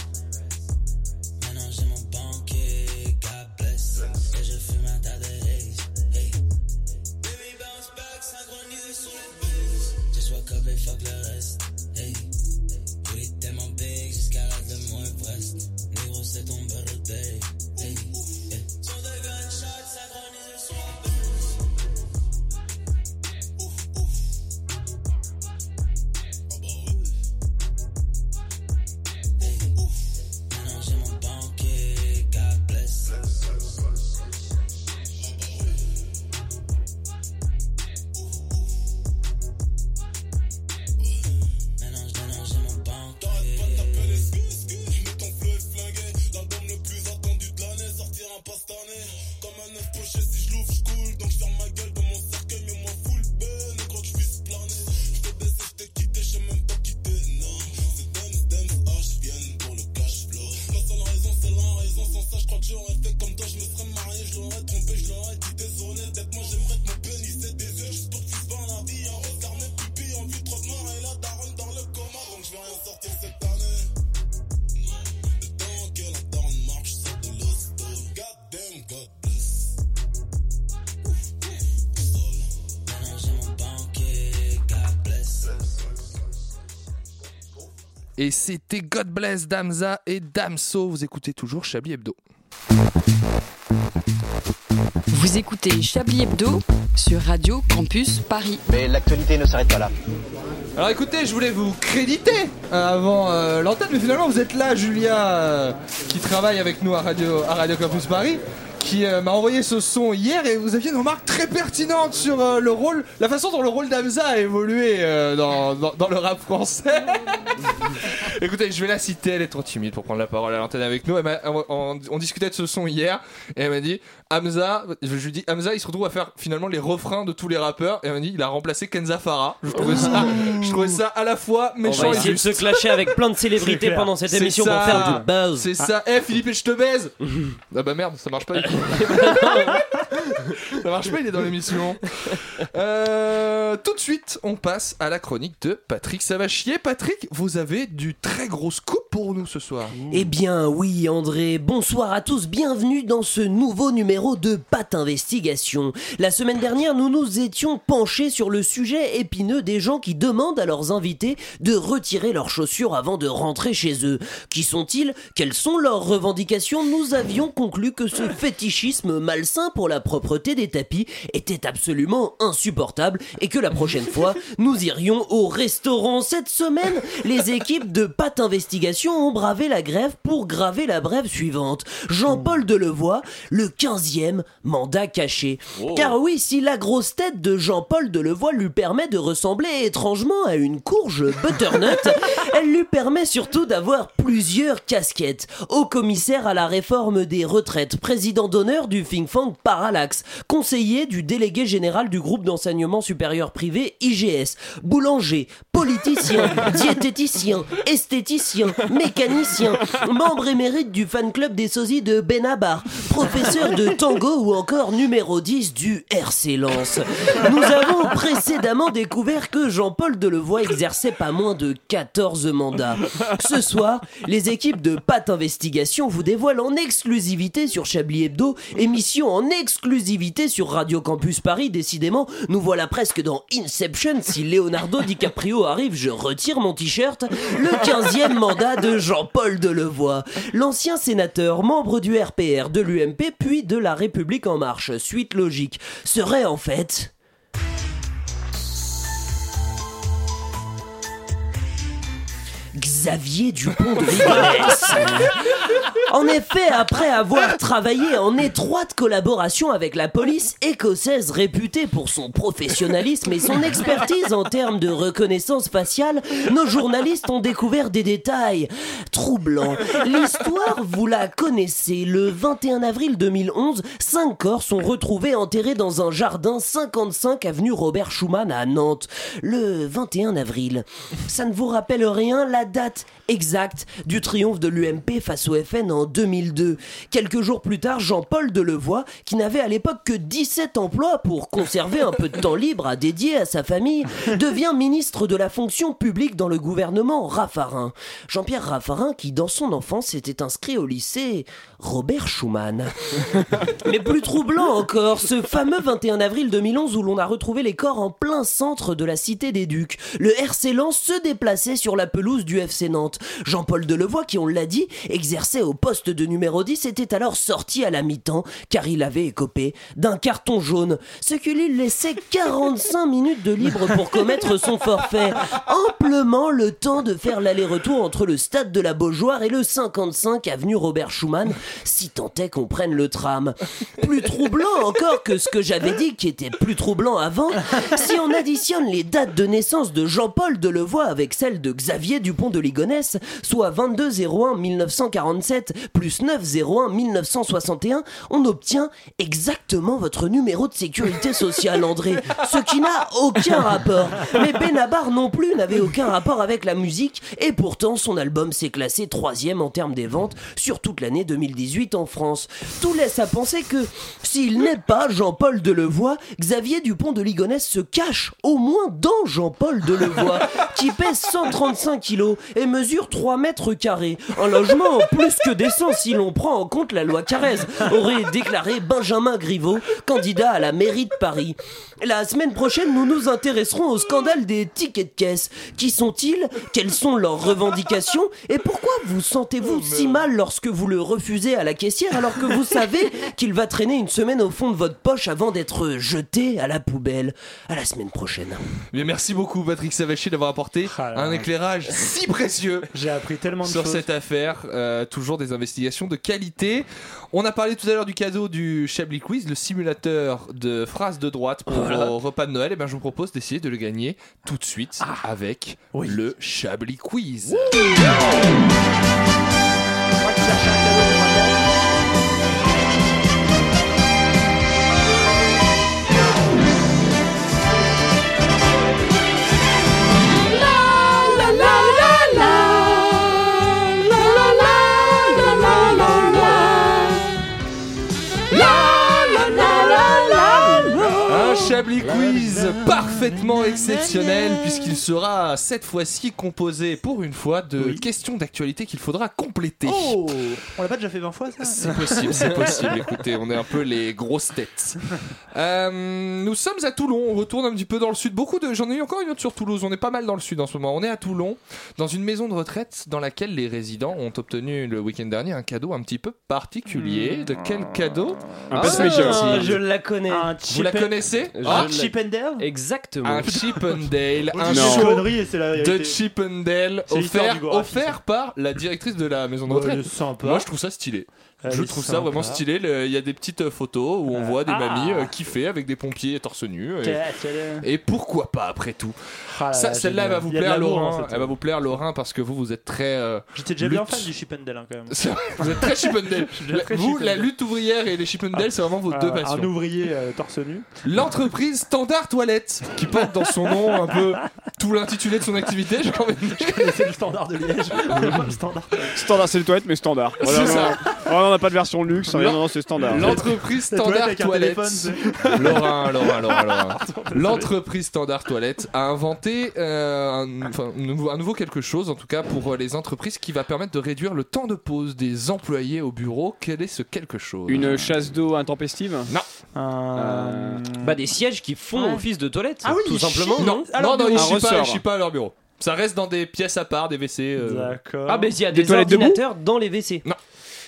Speaker 18: Maintenant j'ai mon banquier, God bless. Et je fume un tas de haze. Hey. Baby bounce back, synchronisé sur les buzz. Just wake up et fuck le reste. Hey. Booty tellement big jusqu'à la de moi breast. Négro c'est ton battle day. Hey. Yeah. Son de gunshot, synchronisé sur les buzz. Maintenant j'ai mon banquier, God bless. Maintenant je donne, j'ai mon banquier. Maintenant j'ai mon banquier, God bless.
Speaker 1: Et c'était God Bless Damza et Damso. Vous écoutez toujours Chablis Hebdo.
Speaker 8: Vous écoutez Chablis Hebdo sur Radio Campus Paris. Mais l'actualité ne s'arrête pas là.
Speaker 1: Alors écoutez, je voulais vous créditer euh, avant euh, l'antenne, mais finalement vous êtes là, Julia, euh, qui travaille avec nous à Radio, à Radio Campus Paris, qui euh, m'a envoyé ce son hier et vous aviez une remarque très pertinente sur euh, le rôle, la façon dont le rôle d'Amza a évolué euh, dans, dans- dans le rap français. écoutez, je vais la citer, elle est trop timide pour prendre la parole à l'antenne avec nous. Elle m'a- on, on- on discutait de ce son hier et elle m'a dit Hamza, je lui dis Hamza, il se retrouve à faire finalement les refrains de tous les rappeurs et elle m'a dit il a remplacé Kenza Farah. Je trouvais
Speaker 15: <laughs>
Speaker 1: ça, je trouvais ça à la fois
Speaker 15: On
Speaker 1: méchant
Speaker 15: va
Speaker 1: et
Speaker 15: essayer de
Speaker 1: juste.
Speaker 15: se clasher avec
Speaker 1: <laughs>
Speaker 15: plein de célébrités pendant cette émission pour faire du buzz. Ah.
Speaker 1: C'est ça. Eh Philippe, et je te baise. ah bah merde, ça marche pas. du
Speaker 15: <laughs>
Speaker 1: tout. ça marche pas, il est dans l'émission. Euh, tout de suite, on passe à la chronique de Patrick Savachier. Patrick, vous avez du très gros scoop pour nous ce soir.
Speaker 4: Eh bien oui André, bonsoir à tous, bienvenue dans ce nouveau numéro de Pat Investigation. La semaine dernière, nous nous étions penchés sur le sujet épineux des gens qui demandent à leurs invités de retirer leurs chaussures avant de rentrer chez eux. Qui sont-ils Quelles sont leurs revendications Nous avions conclu que ce fétichisme malsain pour la propreté des tapis était absolument insupportable et que la prochaine fois, nous irions au restaurant. Cette semaine, les équipes de Pat Investigation ont bravé la grève pour graver la brève suivante. Jean-Paul Delevoye, le 15e mandat caché. Car oui, si la grosse tête de Jean-Paul Delevoye lui permet de ressembler étrangement à une courge butternut, elle lui permet surtout d'avoir plusieurs casquettes. Au commissaire à la réforme des retraites, président d'honneur du Think Fang Parallax, conseiller du délégué général du groupe d'enseignement supérieur privé IGS, boulanger, politicien, diététicien, esthéticien, mécanicien, membre émérite du fan club des sosies de Benabar, professeur de tango ou encore numéro 10 du RC Lens. Nous avons précédemment découvert que Jean-Paul Delevoye exerçait pas moins de 14 mandats. Ce soir, les équipes de Pat Investigation vous dévoilent en exclusivité sur Chablis Hebdo, émission en exclusivité sur Radio Campus Paris. Décidément, nous voilà presque dans Inception. Si Leonardo <laughs> DiCaprio arrive, je retire mon t-shirt. Le 15e mandat de Jean-Paul Delevoye. L'ancien sénateur, membre du RPR, de l'UMP, puis de La République En Marche, suite logique, serait en fait... Xavier Dupont de Ligonnès. En effet, après avoir travaillé en étroite collaboration avec la police écossaise réputée pour son professionnalisme et son expertise en termes de reconnaissance faciale, nos journalistes ont découvert des détails troublants. L'histoire, vous la connaissez. Le 21 avril 2011, cinq corps sont retrouvés enterrés dans un jardin 55 avenue Robert Schumann à Nantes. Le 21 avril. Ça ne vous rappelle rien la date exacte du triomphe de l'UMP face au FN en 2002. Quelques jours plus tard, Jean-Paul Delevoye, qui n'avait à l'époque que 17 emplois pour conserver un peu de temps libre à dédier à sa famille, devient ministre de la fonction publique dans le gouvernement Raffarin. Jean-Pierre Raffarin, qui dans son enfance était inscrit au lycée Robert Schumann. Mais plus troublant encore, ce fameux 21 avril 2011 où l'on a retrouvé les corps en plein centre de la cité des Ducs. Le RC Lens se déplaçait sur la pelouse du FC Nantes. Jean-Paul Delevoye, qui on l'a dit, exerçait au poste de numéro 10, était alors sorti à la mi-temps car il avait écopé d'un carton jaune, ce qui lui laissait 45 <laughs> minutes de libre pour commettre son forfait. Amplement le temps de faire l'aller-retour entre le stade de la Beaujoire et le 55 avenue Robert Schumann, si tant est qu'on prenne le tram. Plus troublant encore que ce que j'avais dit qui était plus troublant avant, si on additionne les dates de naissance de Jean-Paul Delevoye avec celles de Xavier Dupont de Ligonnès, soit 22-01-1947 plus 9-01-1961, on obtient exactement votre numéro de sécurité sociale, André, ce qui n'a aucun rapport. Mais Benabar non plus n'avait aucun rapport avec la musique, et pourtant son album s'est classé troisième en termes des ventes sur toute l'année 2018 en France. Tout laisse à penser que s'il n'est pas Jean-Paul Delevoye, Xavier Dupont de Ligonnès se cache au moins dans Jean-Paul Delevoye, qui pèse 135 kilos et mesure 3 mètres carrés. Un logement plus que décent si l'on prend en compte la loi Carrez, aurait déclaré Benjamin Griveaux, candidat à la mairie de Paris. La semaine prochaine, nous nous intéresserons au scandale des tickets de caisse. Qui sont-ils Quelles sont leurs revendications Et pourquoi vous sentez-vous si mal lorsque vous le refusez à la caissière alors que vous savez qu'il va traîner une semaine au fond de votre poche avant d'être jeté à la poubelle À la semaine prochaine.
Speaker 1: Mais Eh merci beaucoup Patrick Savaché d'avoir apporté un éclairage si précieux.
Speaker 11: Ah <laughs> J'ai appris tellement de
Speaker 1: sur
Speaker 11: choses.
Speaker 1: cette affaire. euh, toujours des investigations de qualité. On a parlé tout à l'heure du cadeau du Chablis Quiz, le simulateur de phrases de droite pour
Speaker 11: Voilà.
Speaker 1: vos repas de Noël. Et ben je vous propose d'essayer de le gagner tout de suite
Speaker 11: Ah.
Speaker 1: avec le Chablis Quiz. Un Chablis Quiz parfaitement exceptionnel puisqu'il sera cette fois-ci composé pour une fois de questions d'actualité qu'il faudra compléter.
Speaker 11: Oh On l'a pas déjà fait 20 fois
Speaker 1: <laughs>
Speaker 11: ça
Speaker 1: C'est possible,
Speaker 11: <laughs>
Speaker 1: c'est possible. Écoutez, on est un peu les grosses têtes. Euh, nous sommes à Toulon. On retourne un petit peu dans le sud. Beaucoup de, j'en ai eu encore une autre sur Toulouse. On est pas mal dans le sud en ce moment. On est à Toulon, dans une maison de retraite dans laquelle les résidents ont obtenu le week-end dernier un cadeau un petit peu particulier. De quel cadeau
Speaker 11: Un pacemaker. Ah, je
Speaker 4: la connais.
Speaker 1: Vous la connaissez Ah.
Speaker 11: Un Chip and Dale
Speaker 1: Exactement. Un Chip and Dale,
Speaker 11: Vous
Speaker 1: un
Speaker 11: dites des
Speaker 1: show
Speaker 11: conneries et c'est la vérité.
Speaker 1: de Chip and Dale
Speaker 11: C'est l'histoire
Speaker 1: offert,
Speaker 11: du Gorafi,
Speaker 1: offert par la directrice de la maison de
Speaker 11: Ouais,
Speaker 1: retraite.
Speaker 11: elle est sympa.
Speaker 1: Moi, je trouve ça stylé.
Speaker 11: Elle
Speaker 1: je
Speaker 11: est
Speaker 1: trouve ça
Speaker 11: sympa.
Speaker 1: vraiment stylé. Le- Il y a des petites euh, photos où on voit des
Speaker 11: ah.
Speaker 1: mamies euh, kiffer avec des pompiers torse nu. Et,
Speaker 11: Tiens, tiens.
Speaker 1: et pourquoi pas après tout
Speaker 11: Ah là
Speaker 1: Ça,
Speaker 11: là,
Speaker 1: Celle-là elle va
Speaker 11: génial.
Speaker 1: vous
Speaker 11: Il y a de
Speaker 1: plaire,
Speaker 11: l'amour,
Speaker 1: Laurent.
Speaker 11: hein, cette-
Speaker 1: elle va vous plaire, Laurent, parce que vous, vous êtes très. euh,
Speaker 11: J'étais déjà bien
Speaker 1: lutte. <laughs>
Speaker 11: fan du Chip and Dale hein, quand même.
Speaker 1: C'est vrai, Vous êtes très Chippendale.
Speaker 11: <laughs> Je suis déjà très
Speaker 1: Vous,
Speaker 11: Chip and
Speaker 1: la
Speaker 11: Dale.
Speaker 1: lutte ouvrière et les Chippendale, c'est vraiment vos
Speaker 11: Ah,
Speaker 1: deux passions.
Speaker 11: Un ouvrier euh, torse nu.
Speaker 1: L'entreprise Standard Toilette, qui porte dans son nom un peu tout l'intitulé de son activité, j'ai quand même. Je
Speaker 11: connaissais le standard de
Speaker 1: <laughs>
Speaker 11: Liège. standard.
Speaker 14: Standard, c'est les toilettes, mais standard. Voilà,
Speaker 1: C'est
Speaker 14: non,
Speaker 1: ça.
Speaker 14: non. Oh, non, on n'a pas de version luxe, rien,
Speaker 1: L'en-
Speaker 14: non, non, c'est standard.
Speaker 1: L'entreprise
Speaker 11: La toilette
Speaker 1: standard
Speaker 11: avec un
Speaker 1: toilette.
Speaker 11: téléphone,
Speaker 1: Laurent, Laurent, Laurent, Laurent. L'entreprise standard toilette a inventé euh, un, enfin, un nouveau, un nouveau quelque chose, en tout cas pour euh, les entreprises, qui va permettre de réduire le temps de pause des employés au bureau. Quel est ce quelque chose
Speaker 14: Une chasse Euh, d'eau intempestive
Speaker 1: Non. Euh,
Speaker 15: Bah, des sièges qui font
Speaker 1: Ouais.
Speaker 15: office de toilette,
Speaker 1: Ah oui,
Speaker 15: tout
Speaker 1: ils
Speaker 15: simplement.
Speaker 1: chient Non, non, non, ils
Speaker 15: Un
Speaker 1: chient pas, ils
Speaker 15: ressort.
Speaker 1: chient pas à leur bureau. Ça reste dans des pièces à part, des WC. euh.
Speaker 11: D'accord.
Speaker 15: Ah, mais il y a des, ordinateurs dans les WC.
Speaker 1: Non.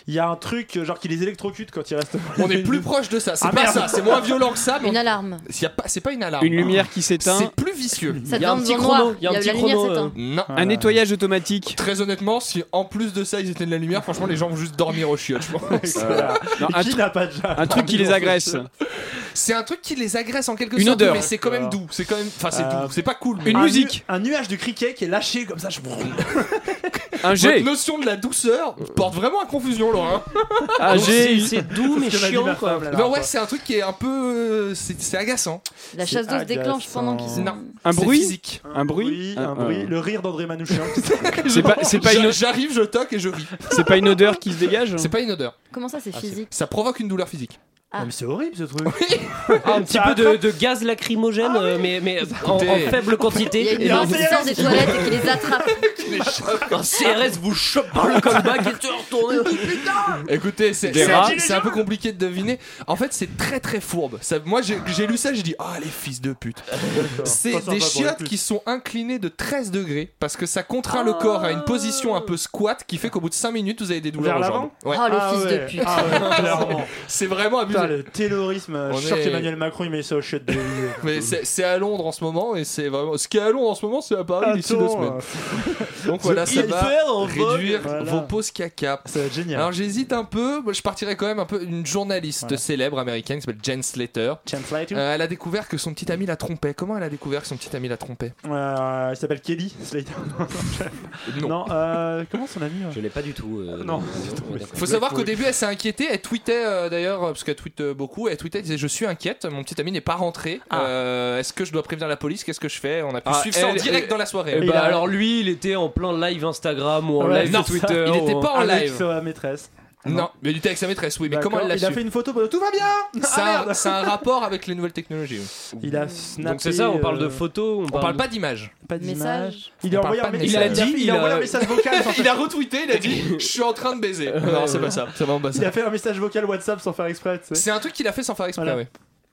Speaker 11: Il y a un truc euh, genre qui les électrocute quand ils restent.
Speaker 1: On est plus proche de ça. C'est
Speaker 11: Ah,
Speaker 1: pas
Speaker 11: merde.
Speaker 1: ça. C'est moins violent que ça. mais
Speaker 2: Une
Speaker 1: on-
Speaker 2: alarme.
Speaker 1: s'il y a pas- C'est pas une alarme.
Speaker 14: Une lumière qui s'éteint.
Speaker 1: C'est plus vicieux.
Speaker 2: Ça Il y a un devient petit dans le chrono, noir. il y a un Il y a petit la lumière chrono, s'éteint. euh.
Speaker 1: Non.
Speaker 14: Un nettoyage automatique.
Speaker 1: Très honnêtement, si en plus de ça ils étaient de la lumière, franchement les gens vont juste dormir au chiottes, je pense. Euh,
Speaker 14: Voilà. Non, un
Speaker 11: qui
Speaker 14: tru-
Speaker 11: n'a pas déjà
Speaker 14: un truc qui les agresse.
Speaker 1: C'est un truc qui les agresse en quelque
Speaker 14: Une
Speaker 1: sorte,
Speaker 14: odeur.
Speaker 1: mais c'est quand même doux. C'est quand même, enfin c'est
Speaker 11: Euh,
Speaker 1: doux, c'est pas cool.
Speaker 11: Un
Speaker 1: mais-
Speaker 11: nu- un nuage de criquet qui est lâché comme ça. Je...
Speaker 1: Votre
Speaker 14: Un G.
Speaker 1: notion de la douceur porte vraiment à confusion, Laurent.
Speaker 14: Un G.
Speaker 15: doux
Speaker 11: mais chiant, quoi.
Speaker 1: Non ouais, c'est un truc qui est un peu, euh, c'est c'est agaçant.
Speaker 2: La chasse d'eau se déclenche pendant qu'ils sont.
Speaker 1: Non.
Speaker 14: Un
Speaker 1: c'est
Speaker 14: bruit
Speaker 1: physique.
Speaker 14: Un bruit.
Speaker 11: Un bruit, Euh, le rire d'André Manouchian.
Speaker 1: <laughs>
Speaker 14: C'est pas, c'est pas
Speaker 1: Je-
Speaker 14: une,
Speaker 1: J'arrive, je toque et je ris.
Speaker 14: c'est pas une odeur qui se dégage.
Speaker 1: C'est pas une odeur. Ah,
Speaker 2: Comment ça, c'est physique
Speaker 1: Ça provoque une douleur physique.
Speaker 11: Ah, mais c'est horrible ce truc.
Speaker 15: <laughs>
Speaker 11: Ah,
Speaker 15: Ah, un petit peu de, de gaz lacrymogène, euh, mais, mais en, en
Speaker 1: Écoutez.
Speaker 15: faible
Speaker 2: Il y a
Speaker 15: quantité.
Speaker 2: une
Speaker 15: Et
Speaker 2: personne
Speaker 15: donc,
Speaker 2: qui sort des toilettes et qui les attrape.
Speaker 15: un CRS vous chope par le <laughs> callback et te retourne.
Speaker 1: Écoutez, c'est
Speaker 14: Des
Speaker 1: c'est-
Speaker 14: rats.
Speaker 1: c'est un peu compliqué de deviner. En fait, c'est très très fourbe. Ça- moi, j'ai j'ai lu ça, j'ai dit Ah, les fils de pute.
Speaker 11: Pas
Speaker 1: C'est
Speaker 11: sympa
Speaker 1: des
Speaker 11: pour les
Speaker 1: chiottes
Speaker 11: putes.
Speaker 1: qui sont inclinées de 13 degrés parce que ça contraint le corps à une position un peu squat qui fait qu'au bout de 5 minutes, vous avez des douleurs
Speaker 11: Ah. Vers
Speaker 1: aux
Speaker 11: l'avant
Speaker 1: jambes. Ouais.
Speaker 2: Oh, le
Speaker 11: Ah
Speaker 2: fils de
Speaker 11: ouais.
Speaker 2: pute.
Speaker 11: Ah ouais, clairement.
Speaker 1: C'est vraiment
Speaker 11: Putain,
Speaker 1: abusé.
Speaker 11: le terrorisme. Je suis
Speaker 1: On
Speaker 11: sûr
Speaker 1: est-
Speaker 11: qu'Emmanuel Macron il met ça au
Speaker 1: <laughs>
Speaker 11: chiottes de euh.
Speaker 1: Mais c'est c'est à Londres en ce moment et c'est vraiment. Ce qui est à Londres en ce moment, c'est à Paris d'ici deux
Speaker 11: Attends,
Speaker 1: semaines.
Speaker 11: euh, <laughs>
Speaker 1: Donc voilà, ça va
Speaker 11: Hitler en vogue.
Speaker 1: réduire
Speaker 11: Voilà.
Speaker 1: vos pauses caca.
Speaker 11: Ça va être génial.
Speaker 1: Alors j'hésite un peu, Moi, je partirais quand même un peu une journaliste
Speaker 11: Voilà.
Speaker 1: célèbre américaine qui s'appelle Jen Slater.
Speaker 11: James Lighting.
Speaker 1: Euh, elle a découvert que son petit ami la trompait. Comment elle a découvert que son petit ami la trompait
Speaker 11: Euh, il s'appelle Kelly Slater.
Speaker 1: Non.
Speaker 11: non, euh, comment son ami euh
Speaker 15: Je l'ai pas du tout. euh,
Speaker 11: Non.
Speaker 15: ouais, d'accord.
Speaker 1: Faut savoir qu'au début elle s'est inquiétée, elle tweetait euh, d'ailleurs, euh, parce qu'elle tweet euh, beaucoup, elle tweetait, elle disait je suis inquiète, mon petit ami n'est pas rentré,
Speaker 11: Ah.
Speaker 1: Euh, est-ce que je dois prévenir la police, qu'est-ce que je fais On a pu
Speaker 15: Ah,
Speaker 1: suivre ça en
Speaker 15: elle-
Speaker 1: direct
Speaker 15: elle-
Speaker 1: dans la
Speaker 15: Eh
Speaker 1: soirée.
Speaker 11: il
Speaker 15: bah,
Speaker 11: a-
Speaker 15: alors lui, il était en plein live Instagram ou en
Speaker 11: ben. Ouais,
Speaker 15: live
Speaker 11: non,
Speaker 15: Twitter.
Speaker 1: il était
Speaker 15: ou-
Speaker 1: pas en
Speaker 11: Avec
Speaker 1: live.
Speaker 11: sa maîtresse.
Speaker 1: Non, mais il était avec sa maîtresse, oui, mais
Speaker 11: D'accord.
Speaker 1: comment elle l'a
Speaker 11: Il a
Speaker 1: su
Speaker 11: fait une photo. Tout va bien.
Speaker 1: C'est
Speaker 11: Ah,
Speaker 1: un,
Speaker 11: merde.
Speaker 1: c'est <laughs> un rapport avec les nouvelles technologies. oui.
Speaker 11: Il a snappé.
Speaker 15: Donc c'est ça, on parle de
Speaker 11: euh,
Speaker 15: photos.
Speaker 1: On parle pas d'image.
Speaker 11: Pas
Speaker 2: Message.
Speaker 11: d'image. Il a
Speaker 1: On parle
Speaker 11: envoyé
Speaker 1: pas
Speaker 11: un
Speaker 1: de message.
Speaker 11: message.
Speaker 15: Il a dit,
Speaker 11: Il a envoyé
Speaker 15: il a-
Speaker 11: un message vocal. sans-
Speaker 1: Il a retweeté, il a dit je suis en train de
Speaker 11: <laughs>
Speaker 1: baiser. <laughs> Non, c'est pas ça, c'est vraiment pas
Speaker 11: Il
Speaker 1: ça.
Speaker 11: a fait un message vocal WhatsApp sans faire exprès. tu sais.
Speaker 1: C'est un truc qu'il a fait sans faire exprès,
Speaker 11: Voilà.
Speaker 1: ouais.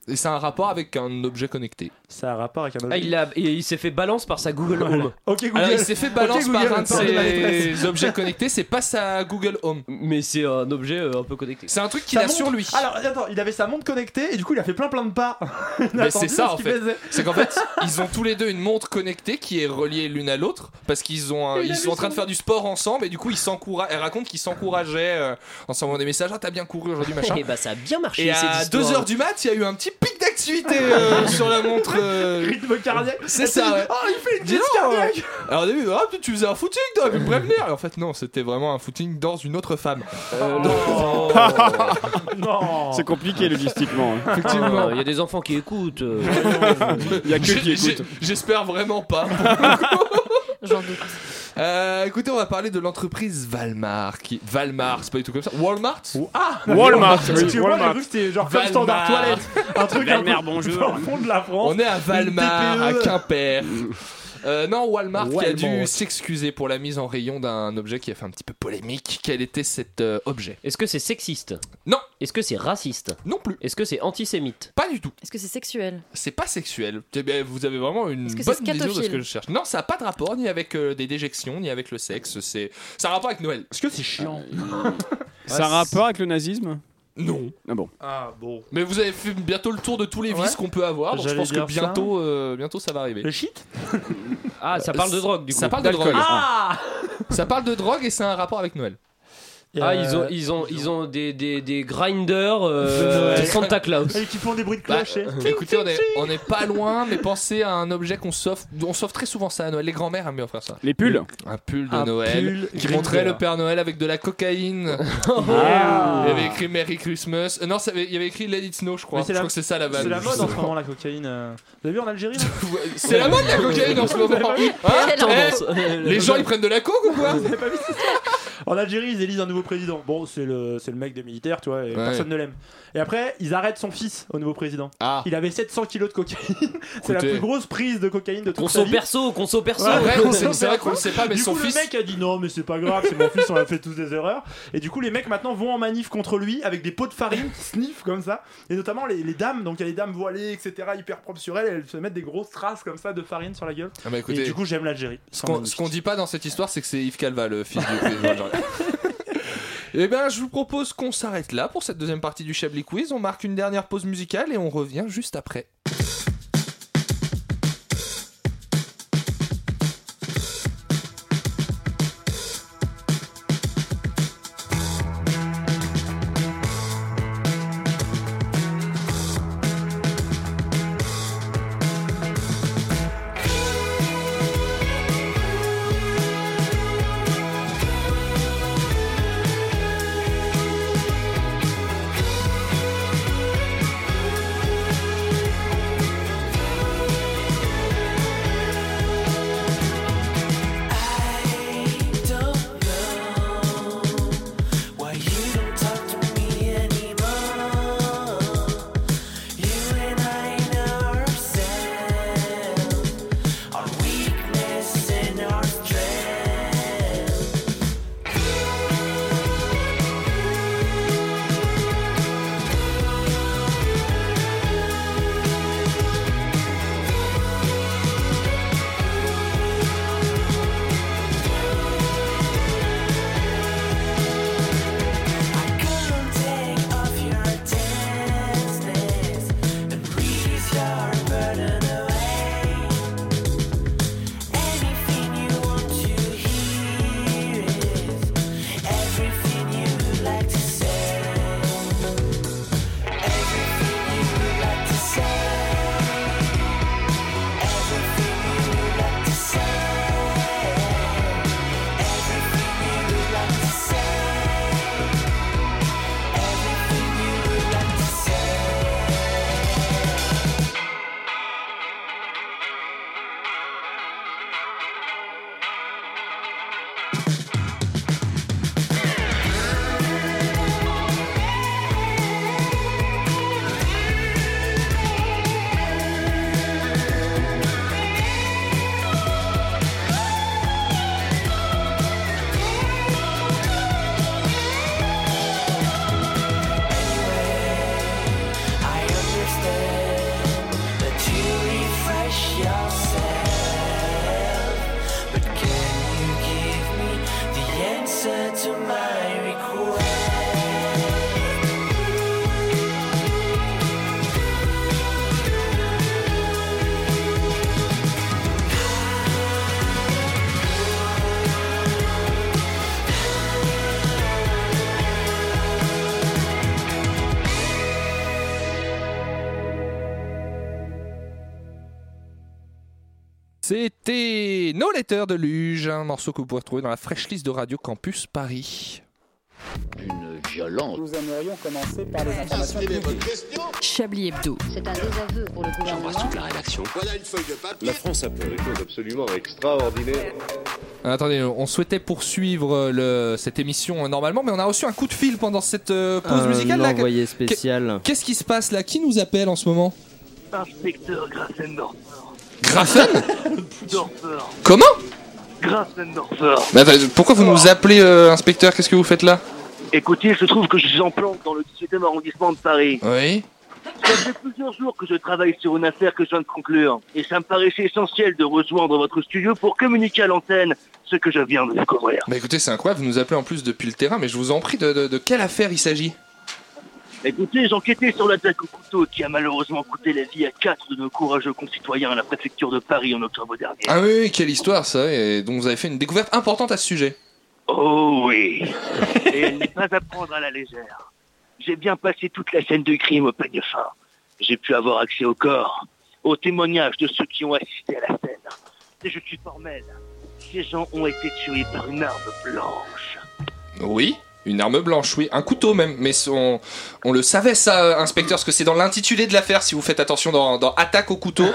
Speaker 1: Et c'est un rapport avec un objet connecté.
Speaker 11: Ça a rapport avec un
Speaker 15: Ah,
Speaker 11: objet.
Speaker 15: il, a- il- il s'est fait balance par sa Google Home.
Speaker 11: <laughs> Ok Google.
Speaker 1: Alors il s'est fait balance
Speaker 11: Ok, Google,
Speaker 1: par un de
Speaker 11: parle de ma maîtresse.
Speaker 15: <laughs>
Speaker 1: ses objets
Speaker 11: <laughs>
Speaker 1: connectés, c'est pas sa Google Home.
Speaker 15: Mais c'est un objet euh, un peu connecté.
Speaker 1: C'est un truc qu'il
Speaker 11: Sa
Speaker 1: a sur
Speaker 11: montre-
Speaker 1: lui.
Speaker 11: Alors attends, il avait sa montre connectée et du coup il a fait plein plein de pas. <laughs> Il a
Speaker 1: <laughs> Mais
Speaker 11: attendu
Speaker 1: c'est ça
Speaker 11: ce
Speaker 1: en
Speaker 11: qu'il
Speaker 1: fait.
Speaker 11: faisait.
Speaker 1: C'est qu'en
Speaker 11: <laughs>
Speaker 1: fait, ils ont tous les deux une montre connectée qui est reliée l'une à l'autre parce qu'ils ont un-
Speaker 11: Il
Speaker 1: ils
Speaker 11: a vu
Speaker 1: sont en train
Speaker 11: son-
Speaker 1: de faire du sport ensemble et du coup ils s'encouragent. Elle raconte qu'ils s'encourageaient euh, en s'envoyant des messages. Ah t'as bien couru aujourd'hui machin.
Speaker 15: Et bah ça a bien marché.
Speaker 1: Et à 2h du <laughs> mat, il y a eu un petit pic d'activité
Speaker 11: <laughs>
Speaker 1: euh, sur la montre. euh.
Speaker 11: Rythme cardiaque.
Speaker 1: C'est ça, ouais.
Speaker 11: Oh, il fait une
Speaker 1: Dis
Speaker 11: crise
Speaker 1: donc,
Speaker 11: cardiaque.
Speaker 1: Alors au début, ah, tu- tu faisais un footing, t'aurais pu me prévenir. Et en fait, non, c'était vraiment un footing dans une autre femme.
Speaker 11: Oh. Non.
Speaker 14: Euh, C'est compliqué logistiquement. hein.
Speaker 1: Effectivement.
Speaker 15: Il y a des enfants qui écoutent. euh.
Speaker 14: <laughs> Il y a que
Speaker 1: J'ai-
Speaker 14: qui écoute.
Speaker 1: j'ai- J'espère vraiment
Speaker 14: <laughs>
Speaker 1: pas.
Speaker 2: J'en doute.
Speaker 1: Euh, écoutez, on va parler de l'entreprise Valmar. Qui... Valmar, c'est pas du tout comme ça. Walmart
Speaker 11: Ah
Speaker 14: Walmart,
Speaker 11: Parce que
Speaker 14: oui,
Speaker 11: moi, j'ai
Speaker 14: Walmart.
Speaker 11: cru que c'était genre comme
Speaker 1: Valmar.
Speaker 11: standard toilette. Un truc un peu
Speaker 14: Valmar, bonjour.
Speaker 11: dans le fond de la France.
Speaker 1: On est à Valmar, à
Speaker 11: TPE.
Speaker 1: Quimper. Euh, non, Walmart, qui a dû
Speaker 15: Walmart.
Speaker 1: s'excuser pour la mise en rayon d'un objet qui a fait un petit peu polémique. Quel était cet euh, objet
Speaker 15: Est-ce que c'est sexiste
Speaker 1: Non.
Speaker 15: Est-ce que c'est raciste
Speaker 1: Non plus.
Speaker 15: Est-ce que c'est antisémite
Speaker 1: Pas du tout.
Speaker 2: Est-ce que c'est sexuel
Speaker 1: C'est pas sexuel. Eh bien, vous avez vraiment une
Speaker 2: Est-ce que
Speaker 1: bonne
Speaker 2: c'est
Speaker 1: vision de ce
Speaker 2: scatophile
Speaker 1: que je cherche. Non, ça n'a pas de rapport ni avec euh, des déjections, ni avec le sexe. C'est ça a un rapport avec Noël.
Speaker 11: Est-ce que
Speaker 1: <laughs>
Speaker 11: c'est chiant
Speaker 14: Ça a un rapport avec le nazisme
Speaker 1: Non.
Speaker 14: Ah bon.
Speaker 11: Ah bon.
Speaker 1: Mais vous avez fait bientôt le tour de tous les vices
Speaker 11: Ouais.
Speaker 1: qu'on peut avoir. Donc je
Speaker 11: J'allais
Speaker 1: pense que
Speaker 11: dire ça.
Speaker 1: bientôt, euh, bientôt, ça va arriver. <laughs>
Speaker 11: Le shit
Speaker 15: Ah, ça parle de drogue du coup.
Speaker 1: Ça parle de drogue.
Speaker 11: Ah
Speaker 1: Ça parle de drogue et c'est un rapport avec Noël.
Speaker 11: Euh,
Speaker 15: Ah, ils ont, ils ont, ils ont des, des, des grinders.
Speaker 11: De
Speaker 15: euh,
Speaker 11: Noël.
Speaker 15: euh, Santa
Speaker 11: <laughs>
Speaker 15: Claus. euh,
Speaker 11: Et qui font des bruits de
Speaker 1: Bah,
Speaker 11: cloche. eh. hein. et-
Speaker 1: écoutez, on est, on est pas loin, mais pensez à un objet qu'on s'offre. On s'offre très souvent ça à Noël. Les grands-mères aiment bien faire ça.
Speaker 14: Les pulls.
Speaker 1: Un pull de
Speaker 14: Un
Speaker 1: Noël
Speaker 14: pull
Speaker 1: qui
Speaker 14: Green
Speaker 1: montrait
Speaker 14: Bear.
Speaker 1: le Père Noël avec de la
Speaker 11: <laughs>
Speaker 1: cocaïne.
Speaker 11: Ah.
Speaker 1: Il y avait écrit Merry Christmas. Euh, non, ça avait- il y avait écrit Let It Snow, je crois.
Speaker 11: Mais
Speaker 1: Je
Speaker 11: la-
Speaker 1: crois que c'est ça la vanne.
Speaker 11: C'est la mode en ce
Speaker 1: justement.
Speaker 11: moment la cocaïne. euh. Vous avez vu en Algérie là
Speaker 1: <laughs> C'est la mode la cocaïne en ce moment. Hein
Speaker 11: Quelle tendance.
Speaker 1: Eh, Les gens ils prennent de la coke ou
Speaker 11: <laughs>
Speaker 1: quoi
Speaker 11: En Algérie, ils élisent un nouveau président. Bon, c'est le, c'est le mec des militaires, tu vois, et
Speaker 1: Ouais.
Speaker 11: personne ne l'aime. Et après, ils arrêtent son fils au nouveau président.
Speaker 1: Ah.
Speaker 11: Il avait 700 kilos de cocaïne. <laughs> c'est la
Speaker 1: Écoutez.
Speaker 11: plus grosse prise de cocaïne de toute
Speaker 15: Conso
Speaker 11: sa vie.
Speaker 15: perso, conso perso.
Speaker 11: Ouais,
Speaker 1: Ouais,
Speaker 11: conso
Speaker 1: c'est-
Speaker 11: perso.
Speaker 1: c'est vrai qu'on le sait pas, mais
Speaker 11: du
Speaker 1: son
Speaker 11: coup,
Speaker 1: fils-
Speaker 11: Le mec a dit non, mais c'est pas grave, c'est mon fils, on a fait tous des erreurs. Et du coup, les mecs maintenant vont en manif contre lui avec des pots de farine <laughs> qui sniffent comme ça. Et notamment les, les dames, donc il y a les dames voilées, etc., hyper propres sur elles, elles se mettent des grosses traces comme ça de farine sur la gueule.
Speaker 1: Ah bah écoutez,
Speaker 11: et du coup, j'aime l'Algérie.
Speaker 1: Ce qu'on ce qu'on dit pas dans cette histoire, c'est que c'est Yves Calva, le fils du président algérien.
Speaker 11: <laughs>
Speaker 1: Eh bien, je vous propose qu'on s'arrête là pour cette deuxième partie du Chablis Quiz. On marque une dernière pause musicale et on revient juste après.
Speaker 18: To my request
Speaker 1: C'était No Letter de Luge, un morceau que vous pouvez retrouver dans la fresh list de Radio Campus Paris.
Speaker 6: Une violence.
Speaker 17: Nous aimerions commencer par les informations
Speaker 8: Chablis Hebdo. C'est un désaveu pour le gouvernement.
Speaker 5: la rédaction. Voilà une feuille de papier. La France a fait des choses absolument extraordinaires.
Speaker 1: Ah, attendez, on souhaitait poursuivre euh, le- cette émission euh, normalement, mais on a reçu un coup de fil pendant cette euh, pause
Speaker 12: Un
Speaker 1: musicale. là.
Speaker 12: envoyé
Speaker 1: Qu'est-
Speaker 12: spécial.
Speaker 1: Qu'est-ce qui se passe là Qui nous appelle en ce moment
Speaker 18: Inspecteur Grasendorfer. <laughs>
Speaker 1: Graffen
Speaker 18: Dorfer.
Speaker 1: <laughs> Comment
Speaker 18: Grasendorfer.
Speaker 1: Mais attendez, Bah, pourquoi vous nous appelez euh, inspecteur Qu'est-ce que vous faites là
Speaker 18: Écoutez, je trouve que je suis en planque dans le 18e arrondissement de Paris.
Speaker 1: Oui.
Speaker 18: Ça fait plusieurs jours que je travaille sur une affaire que je viens de conclure. Et ça me paraissait essentiel de rejoindre votre studio pour communiquer à l'antenne ce que je viens de découvrir.
Speaker 1: Bah écoutez, c'est incroyable, vous nous appelez en plus depuis le terrain, mais je vous en prie, de, de- de quelle affaire il s'agit
Speaker 18: Écoutez, j'enquêtais sur l'attaque au couteau qui a malheureusement coûté la vie à quatre de nos courageux concitoyens à la préfecture de Paris en octobre dernier.
Speaker 1: Ah oui, oui, quelle histoire ça, et donc vous avez fait une découverte importante à ce sujet.
Speaker 19: <laughs>
Speaker 18: Oh oui Et elle n'est pas à prendre à la légère.
Speaker 19: J'ai bien passé toute la scène de crime au peigne fin. J'ai pu avoir accès au corps, aux témoignages de ceux qui ont assisté à la scène. Et je suis formel. Ces gens ont été tués par une arme blanche.
Speaker 1: Oui, une arme blanche, oui, un couteau même, mais son- on le savait ça, euh, inspecteur, parce que c'est dans l'intitulé de l'affaire, si vous faites attention dans, dans Attaque au couteau,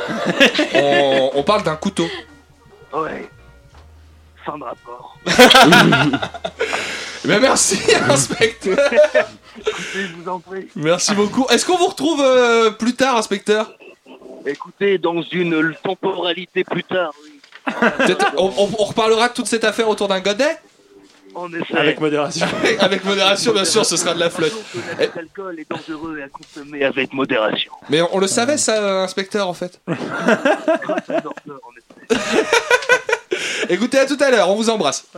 Speaker 1: on, on parle d'un couteau.
Speaker 19: Ouais. Fin de rapport.
Speaker 1: Eh ben, merci, inspecteur
Speaker 19: Écoutez, je vous en prie.
Speaker 1: Merci beaucoup. Est-ce qu'on vous retrouve euh, plus tard, inspecteur
Speaker 19: Écoutez, dans une euh, temporalité plus tard, oui.
Speaker 1: Peut-être- on, on- on reparlera de toute cette affaire autour d'un godet
Speaker 19: En effet.
Speaker 1: Avec modération. <laughs> Avec modération, bien sûr, ce sera de la flotte. Eh,
Speaker 19: L'alcool est dangereux à consommer avec modération.
Speaker 1: Mais on, on le savait, ça, euh, inspecteur, en fait. <laughs> Écoutez, à tout à l'heure, on vous embrasse.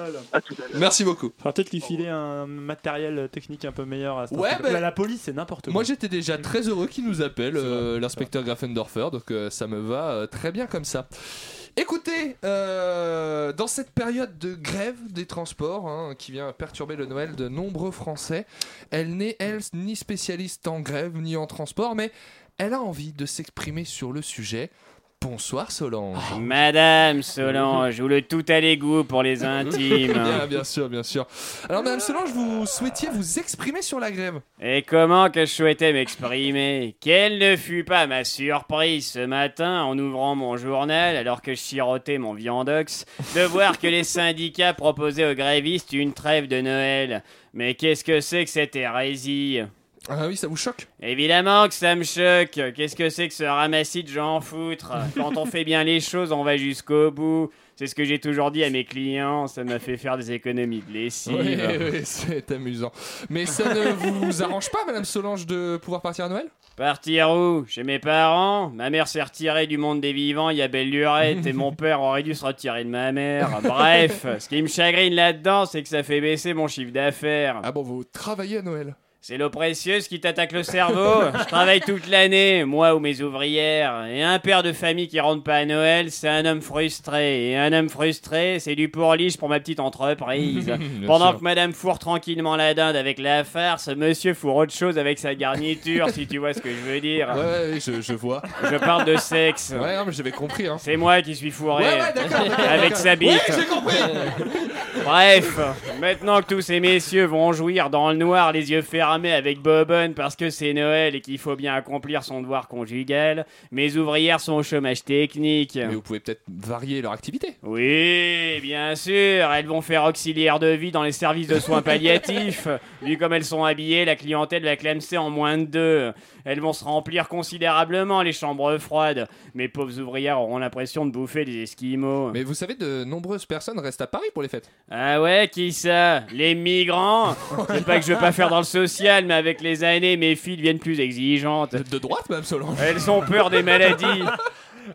Speaker 1: Merci beaucoup.
Speaker 11: Faudra peut-être lui filer un matériel technique un peu meilleur à cette
Speaker 1: Ouais,
Speaker 11: affaire.
Speaker 1: ben-
Speaker 11: Là, La police, c'est n'importe quoi.
Speaker 1: Moi j'étais déjà très heureux qu'il nous appelle, euh, l'inspecteur Grafendorfer, donc euh, ça me va euh, très bien comme ça. Écoutez, euh, dans cette période de grève des transports hein, qui vient perturber le Noël de nombreux Français, elle n'est, elle, ni spécialiste en grève ni en transport, mais elle a envie de s'exprimer sur le sujet. Bonsoir Solange.
Speaker 20: Madame Solange, ou le tout à l'égout pour
Speaker 1: <laughs>
Speaker 20: les intimes.
Speaker 1: Bien, bien sûr, bien sûr. Alors Madame Solange, vous souhaitiez vous exprimer sur la grève
Speaker 20: Et comment que je souhaitais m'exprimer Quelle ne fut pas ma surprise ce matin en ouvrant mon journal alors que je sirotais mon viandox de voir que les syndicats proposaient aux grévistes une trêve de Noël. Mais qu'est-ce que c'est que cette hérésie
Speaker 1: Ah oui, ça vous choque
Speaker 20: Évidemment que ça me choque. Qu'est-ce que c'est que ce ramassis de gens en foutre Quand on fait bien les choses, on va jusqu'au bout. C'est ce que j'ai toujours dit à mes clients. Ça m'a fait faire des économies de lessive.
Speaker 1: Oui, oui, c'est amusant. Mais ça
Speaker 20: <laughs>
Speaker 1: ne vous arrange pas, Madame Solange, de pouvoir partir à Noël
Speaker 20: Partir où Chez mes parents Ma mère s'est retirée du monde des vivants, il y a belle lurette,
Speaker 1: <laughs>
Speaker 20: et mon père aurait dû se retirer de ma mère. Bref, ce qui me chagrine là-dedans, c'est que ça fait baisser mon chiffre d'affaires.
Speaker 1: Ah bon, vous travaillez à Noël
Speaker 20: C'est l'eau précieuse qui t'attaque le cerveau. Je travaille toute l'année, moi ou mes ouvrières. Et un père de famille qui rentre pas à Noël, c'est un homme frustré. Et un homme frustré, c'est du pourliche pour ma petite
Speaker 1: <laughs>
Speaker 20: entreprise.
Speaker 1: Bien
Speaker 20: Pendant
Speaker 1: sûr.
Speaker 20: que madame fourre tranquillement la dinde avec la farce, monsieur fourre autre chose avec sa garniture, si tu vois ce que je veux dire.
Speaker 1: Ouais, ouais, ouais, je, je vois.
Speaker 20: Je parle
Speaker 1: <laughs>
Speaker 20: de sexe.
Speaker 1: Ouais, non, mais j'avais compris. Hein.
Speaker 20: C'est moi qui suis fourré.
Speaker 1: Ouais, ouais, d'accord, d'accord,
Speaker 20: Avec
Speaker 1: d'accord.
Speaker 20: sa bite.
Speaker 1: Ouais, j'ai compris.
Speaker 20: <laughs> Bref, maintenant que tous ces messieurs vont jouir dans le noir, les yeux fermés avec Bobonne parce que c'est Noël et qu'il faut bien accomplir son devoir conjugal, mes ouvrières sont au chômage technique.
Speaker 1: Mais vous pouvez peut-être varier leur activité.
Speaker 20: Oui, bien sûr, elles vont faire auxiliaire de vie dans les services de
Speaker 1: <laughs>
Speaker 20: soins palliatifs. Vu comme elles sont habillées, la clientèle va clamser en moins de deux. Elles vont se remplir considérablement les chambres froides. Mes pauvres ouvrières auront l'impression de bouffer des esquimaux.
Speaker 1: Mais vous savez, de nombreuses personnes restent à Paris pour les fêtes.
Speaker 20: Ah ouais, qui ça Les migrants C'est pas que je veux pas faire dans le social, mais avec les années, mes filles deviennent plus exigeantes.
Speaker 1: De droite, même, Solange
Speaker 20: Elles ont peur des maladies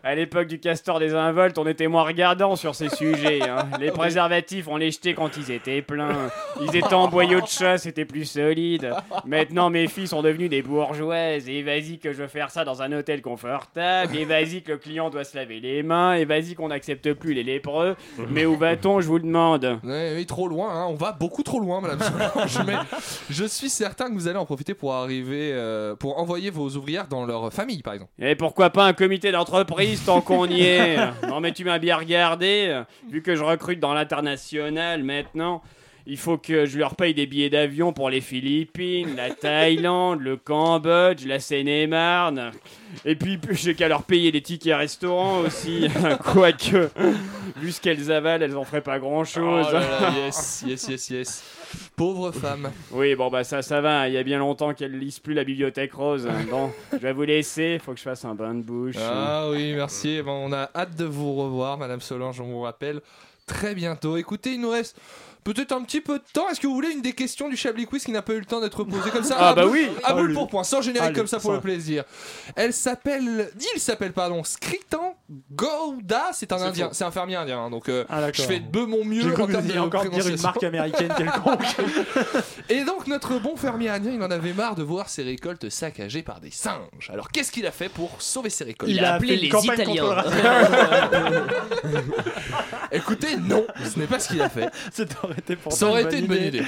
Speaker 20: à l'époque du castor des involtes, on était moins regardant sur ces sujets. hein. Les préservatifs, on les jetait quand ils étaient pleins. Ils étaient en boyau de chat, c'était plus solide. Maintenant, mes filles sont devenues des bourgeoises. Et vas-y que je veux faire ça dans un hôtel confortable. Et vas-y que le client doit se laver les mains. Et vas-y qu'on n'accepte plus les lépreux. Mais où va-t-on, je vous demande
Speaker 1: Ouais, oui, trop loin, hein. on va beaucoup trop loin, Madame Solange. mais je suis certain que vous allez en profiter pour arriver, euh, pour envoyer vos ouvrières dans leur famille, par exemple.
Speaker 20: Et pourquoi pas un comité d'entreprise tant qu'on
Speaker 1: <laughs>
Speaker 20: y est Non mais tu m'as bien regardé, vu que je recrute dans l'international maintenant. Il faut que je leur paye des billets d'avion pour les Philippines, la Thaïlande, le Cambodge, la Seine-et-Marne. Et puis, j'ai qu'à leur payer les tickets restaurants aussi. <laughs> Quoique, vu ce qu'elles avalent, elles en feraient pas grand-chose.
Speaker 1: Oh là là, yes, yes, yes, yes. Pauvre femme.
Speaker 20: Oui, bon, bah ça, ça va. Il y a bien longtemps qu'elle lise plus la bibliothèque rose. hein. Bon, je vais vous laisser. Faut que je fasse un bain de bouche.
Speaker 1: Ah oui, merci. Eh ben, on a hâte de vous revoir, Madame Solange. On vous rappelle très bientôt. Écoutez, il nous reste peut-être un petit peu de temps. Est-ce que vous voulez une des questions du Chablis Quiz qui n'a pas eu le temps d'être posée comme ça
Speaker 20: Ah,
Speaker 1: à
Speaker 20: bah
Speaker 1: boule-
Speaker 20: oui.
Speaker 1: À
Speaker 11: Oh
Speaker 1: boule
Speaker 20: Allez.
Speaker 1: pour point, sans générique
Speaker 20: Allez,
Speaker 1: comme ça pour
Speaker 20: ça.
Speaker 1: le plaisir. Elle s'appelle, il s'appelle pardon, Scritan Gouda, c'est un indien, c'est un fermier indien. hein, donc euh, je
Speaker 11: Ah, d'accord.
Speaker 1: fais de mon
Speaker 11: J'ai
Speaker 1: mieux
Speaker 11: cru
Speaker 1: en
Speaker 11: que vous
Speaker 1: termes
Speaker 11: alliez
Speaker 1: de
Speaker 11: encore dire une
Speaker 1: prononciation.
Speaker 11: marque américaine quelconque.
Speaker 1: <laughs> Et donc notre bon fermier indien, il en avait marre de voir ses récoltes saccagées par des singes. Alors qu'est-ce qu'il a fait pour sauver ses récoltes
Speaker 18: Il Il a a appelé appelé les les Italiens. Italiens.
Speaker 1: <laughs>
Speaker 15: <laughs>
Speaker 11: <laughs>
Speaker 1: Écoutez, non, ce n'est pas ce qu'il a
Speaker 14: <laughs>
Speaker 1: fait. <laughs>
Speaker 11: pourtant
Speaker 1: Ça aurait
Speaker 11: une
Speaker 1: été une
Speaker 11: bonne
Speaker 1: bonne
Speaker 11: idée.
Speaker 1: idée.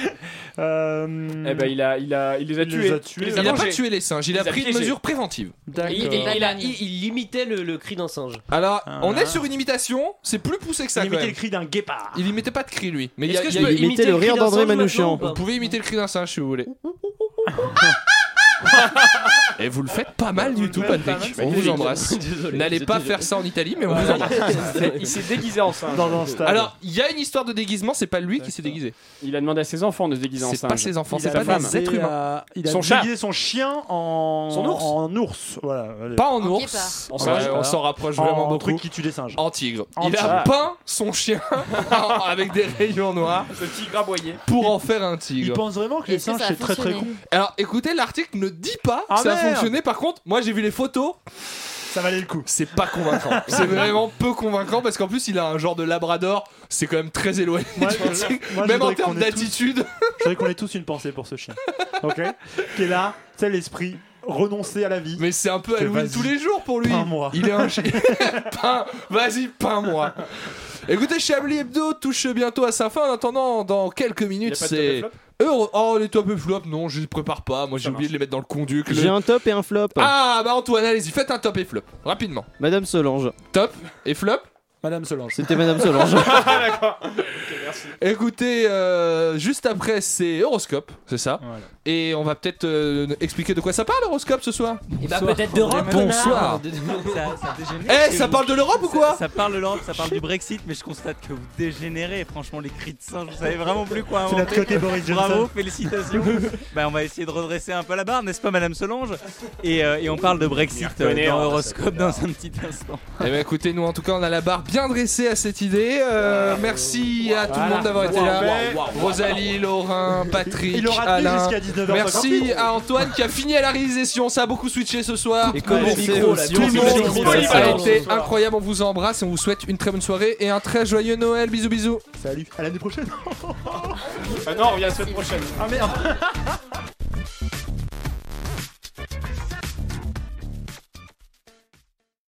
Speaker 11: Euh,
Speaker 20: Eh ben, il, a, il, a, il les a
Speaker 11: il
Speaker 20: tués.
Speaker 11: les a tués.
Speaker 1: Il
Speaker 20: a
Speaker 1: n'a pas
Speaker 20: mangés.
Speaker 1: tué les singes, il a
Speaker 20: les
Speaker 1: pris une
Speaker 20: piégés.
Speaker 1: mesure préventive.
Speaker 4: Il,
Speaker 1: D'accord.
Speaker 4: il- il a- il- il imitait le, le cri d'un singe.
Speaker 1: Alors, on
Speaker 4: Ah.
Speaker 1: est sur une imitation, c'est plus poussé que ça.
Speaker 4: Il imitait
Speaker 1: quand même.
Speaker 4: le
Speaker 11: cri d'un guépard.
Speaker 1: Il imitait pas de cri, lui. Mais
Speaker 4: Est-ce
Speaker 1: il
Speaker 4: que
Speaker 1: y
Speaker 4: je
Speaker 1: a,
Speaker 4: peux
Speaker 1: il y a-
Speaker 4: imiter Imitait le le cri rire d'un d'André singe Manouchian. maintenant ou pas
Speaker 1: Vous pouvez imiter le cri d'un singe si vous voulez. Et vous le faites pas mal du tout, Patrick. On vous embrasse.
Speaker 20: Désolé,
Speaker 1: N'allez
Speaker 20: c'est
Speaker 1: pas
Speaker 20: désolé.
Speaker 1: faire ça en Italie, mais on
Speaker 20: Ouais.
Speaker 1: vous embrasse.
Speaker 20: Il s'est déguisé en singe.
Speaker 1: Alors, il y a une histoire de déguisement, c'est pas lui qui s'est déguisé.
Speaker 20: Il a demandé à ses enfants de se déguiser en singe.
Speaker 1: C'est pas ses enfants,
Speaker 20: Il
Speaker 1: c'est
Speaker 20: a
Speaker 1: pas
Speaker 20: demandé
Speaker 1: des êtres
Speaker 20: à-
Speaker 1: humains.
Speaker 11: euh, Il a
Speaker 20: son chat.
Speaker 11: déguisé son chien en
Speaker 20: Son ours.
Speaker 11: En ours, voilà. allez.
Speaker 1: Pas en En ours. guépard. En singe. Ouais, on s'en rapproche vraiment
Speaker 11: en
Speaker 1: beaucoup.
Speaker 11: truc qui tue des singes.
Speaker 1: En tigre.
Speaker 11: En
Speaker 1: il a
Speaker 11: tigre.
Speaker 1: peint <laughs> son chien avec des rayons noirs
Speaker 20: Ce tigre aboyé.
Speaker 1: pour en faire un tigre.
Speaker 11: Il pense vraiment que les singes c'est très très con.
Speaker 1: Alors écoutez, l'article ne dit pas
Speaker 11: Ah,
Speaker 1: que ça a
Speaker 11: merde.
Speaker 1: fonctionné. Par contre, moi j'ai vu les photos.
Speaker 11: Ça valait le coup.
Speaker 1: C'est pas
Speaker 11: <laughs>
Speaker 1: convaincant. c'est vraiment peu convaincant parce qu'en plus il a un genre de labrador. C'est quand même très éloigné.
Speaker 11: Moi,
Speaker 1: du
Speaker 11: je-
Speaker 1: tigre.
Speaker 11: moi, je
Speaker 1: même en
Speaker 11: voudrais
Speaker 1: termes
Speaker 11: qu'on ait
Speaker 1: d'attitude.
Speaker 11: Je voudrais qu'on ait tous une pensée pour ce chien. Ok Qui est là, c'est l'esprit, renoncer à la vie.
Speaker 1: Mais c'est un peu Halloween tous les jours pour lui.
Speaker 11: moi.
Speaker 1: Il est un <laughs> chien. Peins- Hein, Vas-y, peins-moi. Écoutez, Chablis Hebdo touche bientôt à sa fin. En attendant, dans quelques minutes,
Speaker 12: Y a pas de
Speaker 1: c'est.
Speaker 12: top
Speaker 1: Euro- Oh, les top et flop, non, je les prépare pas. Moi, j'ai oublié de les mettre dans le conduc.
Speaker 12: J'ai un top et un flop.
Speaker 1: Ah, bah Antoine, allez-y, faites un top et flop, rapidement.
Speaker 12: Madame Solange.
Speaker 1: Top et flop
Speaker 11: Madame Solange.
Speaker 12: C'était Madame Solange.
Speaker 1: Écoutez, euh, juste après, c'est horoscope, c'est ça. Et on va peut-être euh, expliquer de quoi ça parle, horoscope, ce soir.
Speaker 18: Et bah
Speaker 1: Bonsoir.
Speaker 18: peut-être d'Europe.
Speaker 1: Bonsoir.
Speaker 18: Ça, ça dégénère.
Speaker 1: Eh, ça parle de l'Europe ou quoi
Speaker 18: ça, ça parle de l'Europe, ça parle du Brexit, mais je constate que vous dégénérez. Franchement, les cris de singe, vous savez vraiment plus quoi
Speaker 11: C'est
Speaker 18: inventer.
Speaker 11: notre côté Boris Johnson.
Speaker 18: Bravo, félicitations. bah, on va essayer de redresser un peu la barre, n'est-ce pas, Madame Solange et, euh, et on parle de Brexit
Speaker 1: Il y a
Speaker 18: euh,
Speaker 1: reconnaît,
Speaker 18: dans
Speaker 1: hein,
Speaker 18: Horoscope dans un petit instant.
Speaker 1: Eh bien écoutez, nous en tout cas, on a la barre bien dressée à cette idée. Euh, merci à tout le
Speaker 18: Voilà.
Speaker 1: monde d'avoir été
Speaker 18: Waouh,
Speaker 1: là.
Speaker 18: waouh, waouh, waouh.
Speaker 1: Rosalie, Laurin, Patrick,
Speaker 11: Il aura tenu
Speaker 1: Alain.
Speaker 11: jusqu'à 19h58.
Speaker 1: Merci à Antoine qui a fini à la réalisation. Ça a beaucoup switché ce soir.
Speaker 12: Et comme
Speaker 1: Ouais,
Speaker 12: on
Speaker 1: les
Speaker 12: sait
Speaker 1: micros,
Speaker 12: aussi,
Speaker 1: tout
Speaker 12: on
Speaker 1: le
Speaker 12: switch les micros,
Speaker 1: monde. Ça
Speaker 12: ça
Speaker 1: a
Speaker 12: change.
Speaker 1: été incroyable. On vous embrasse et on vous souhaite une très bonne soirée et un très joyeux Noël. Bisous, bisous.
Speaker 11: Salut. À l'année prochaine. <laughs>
Speaker 20: Ah non, on revient la semaine prochaine.
Speaker 11: Ah merde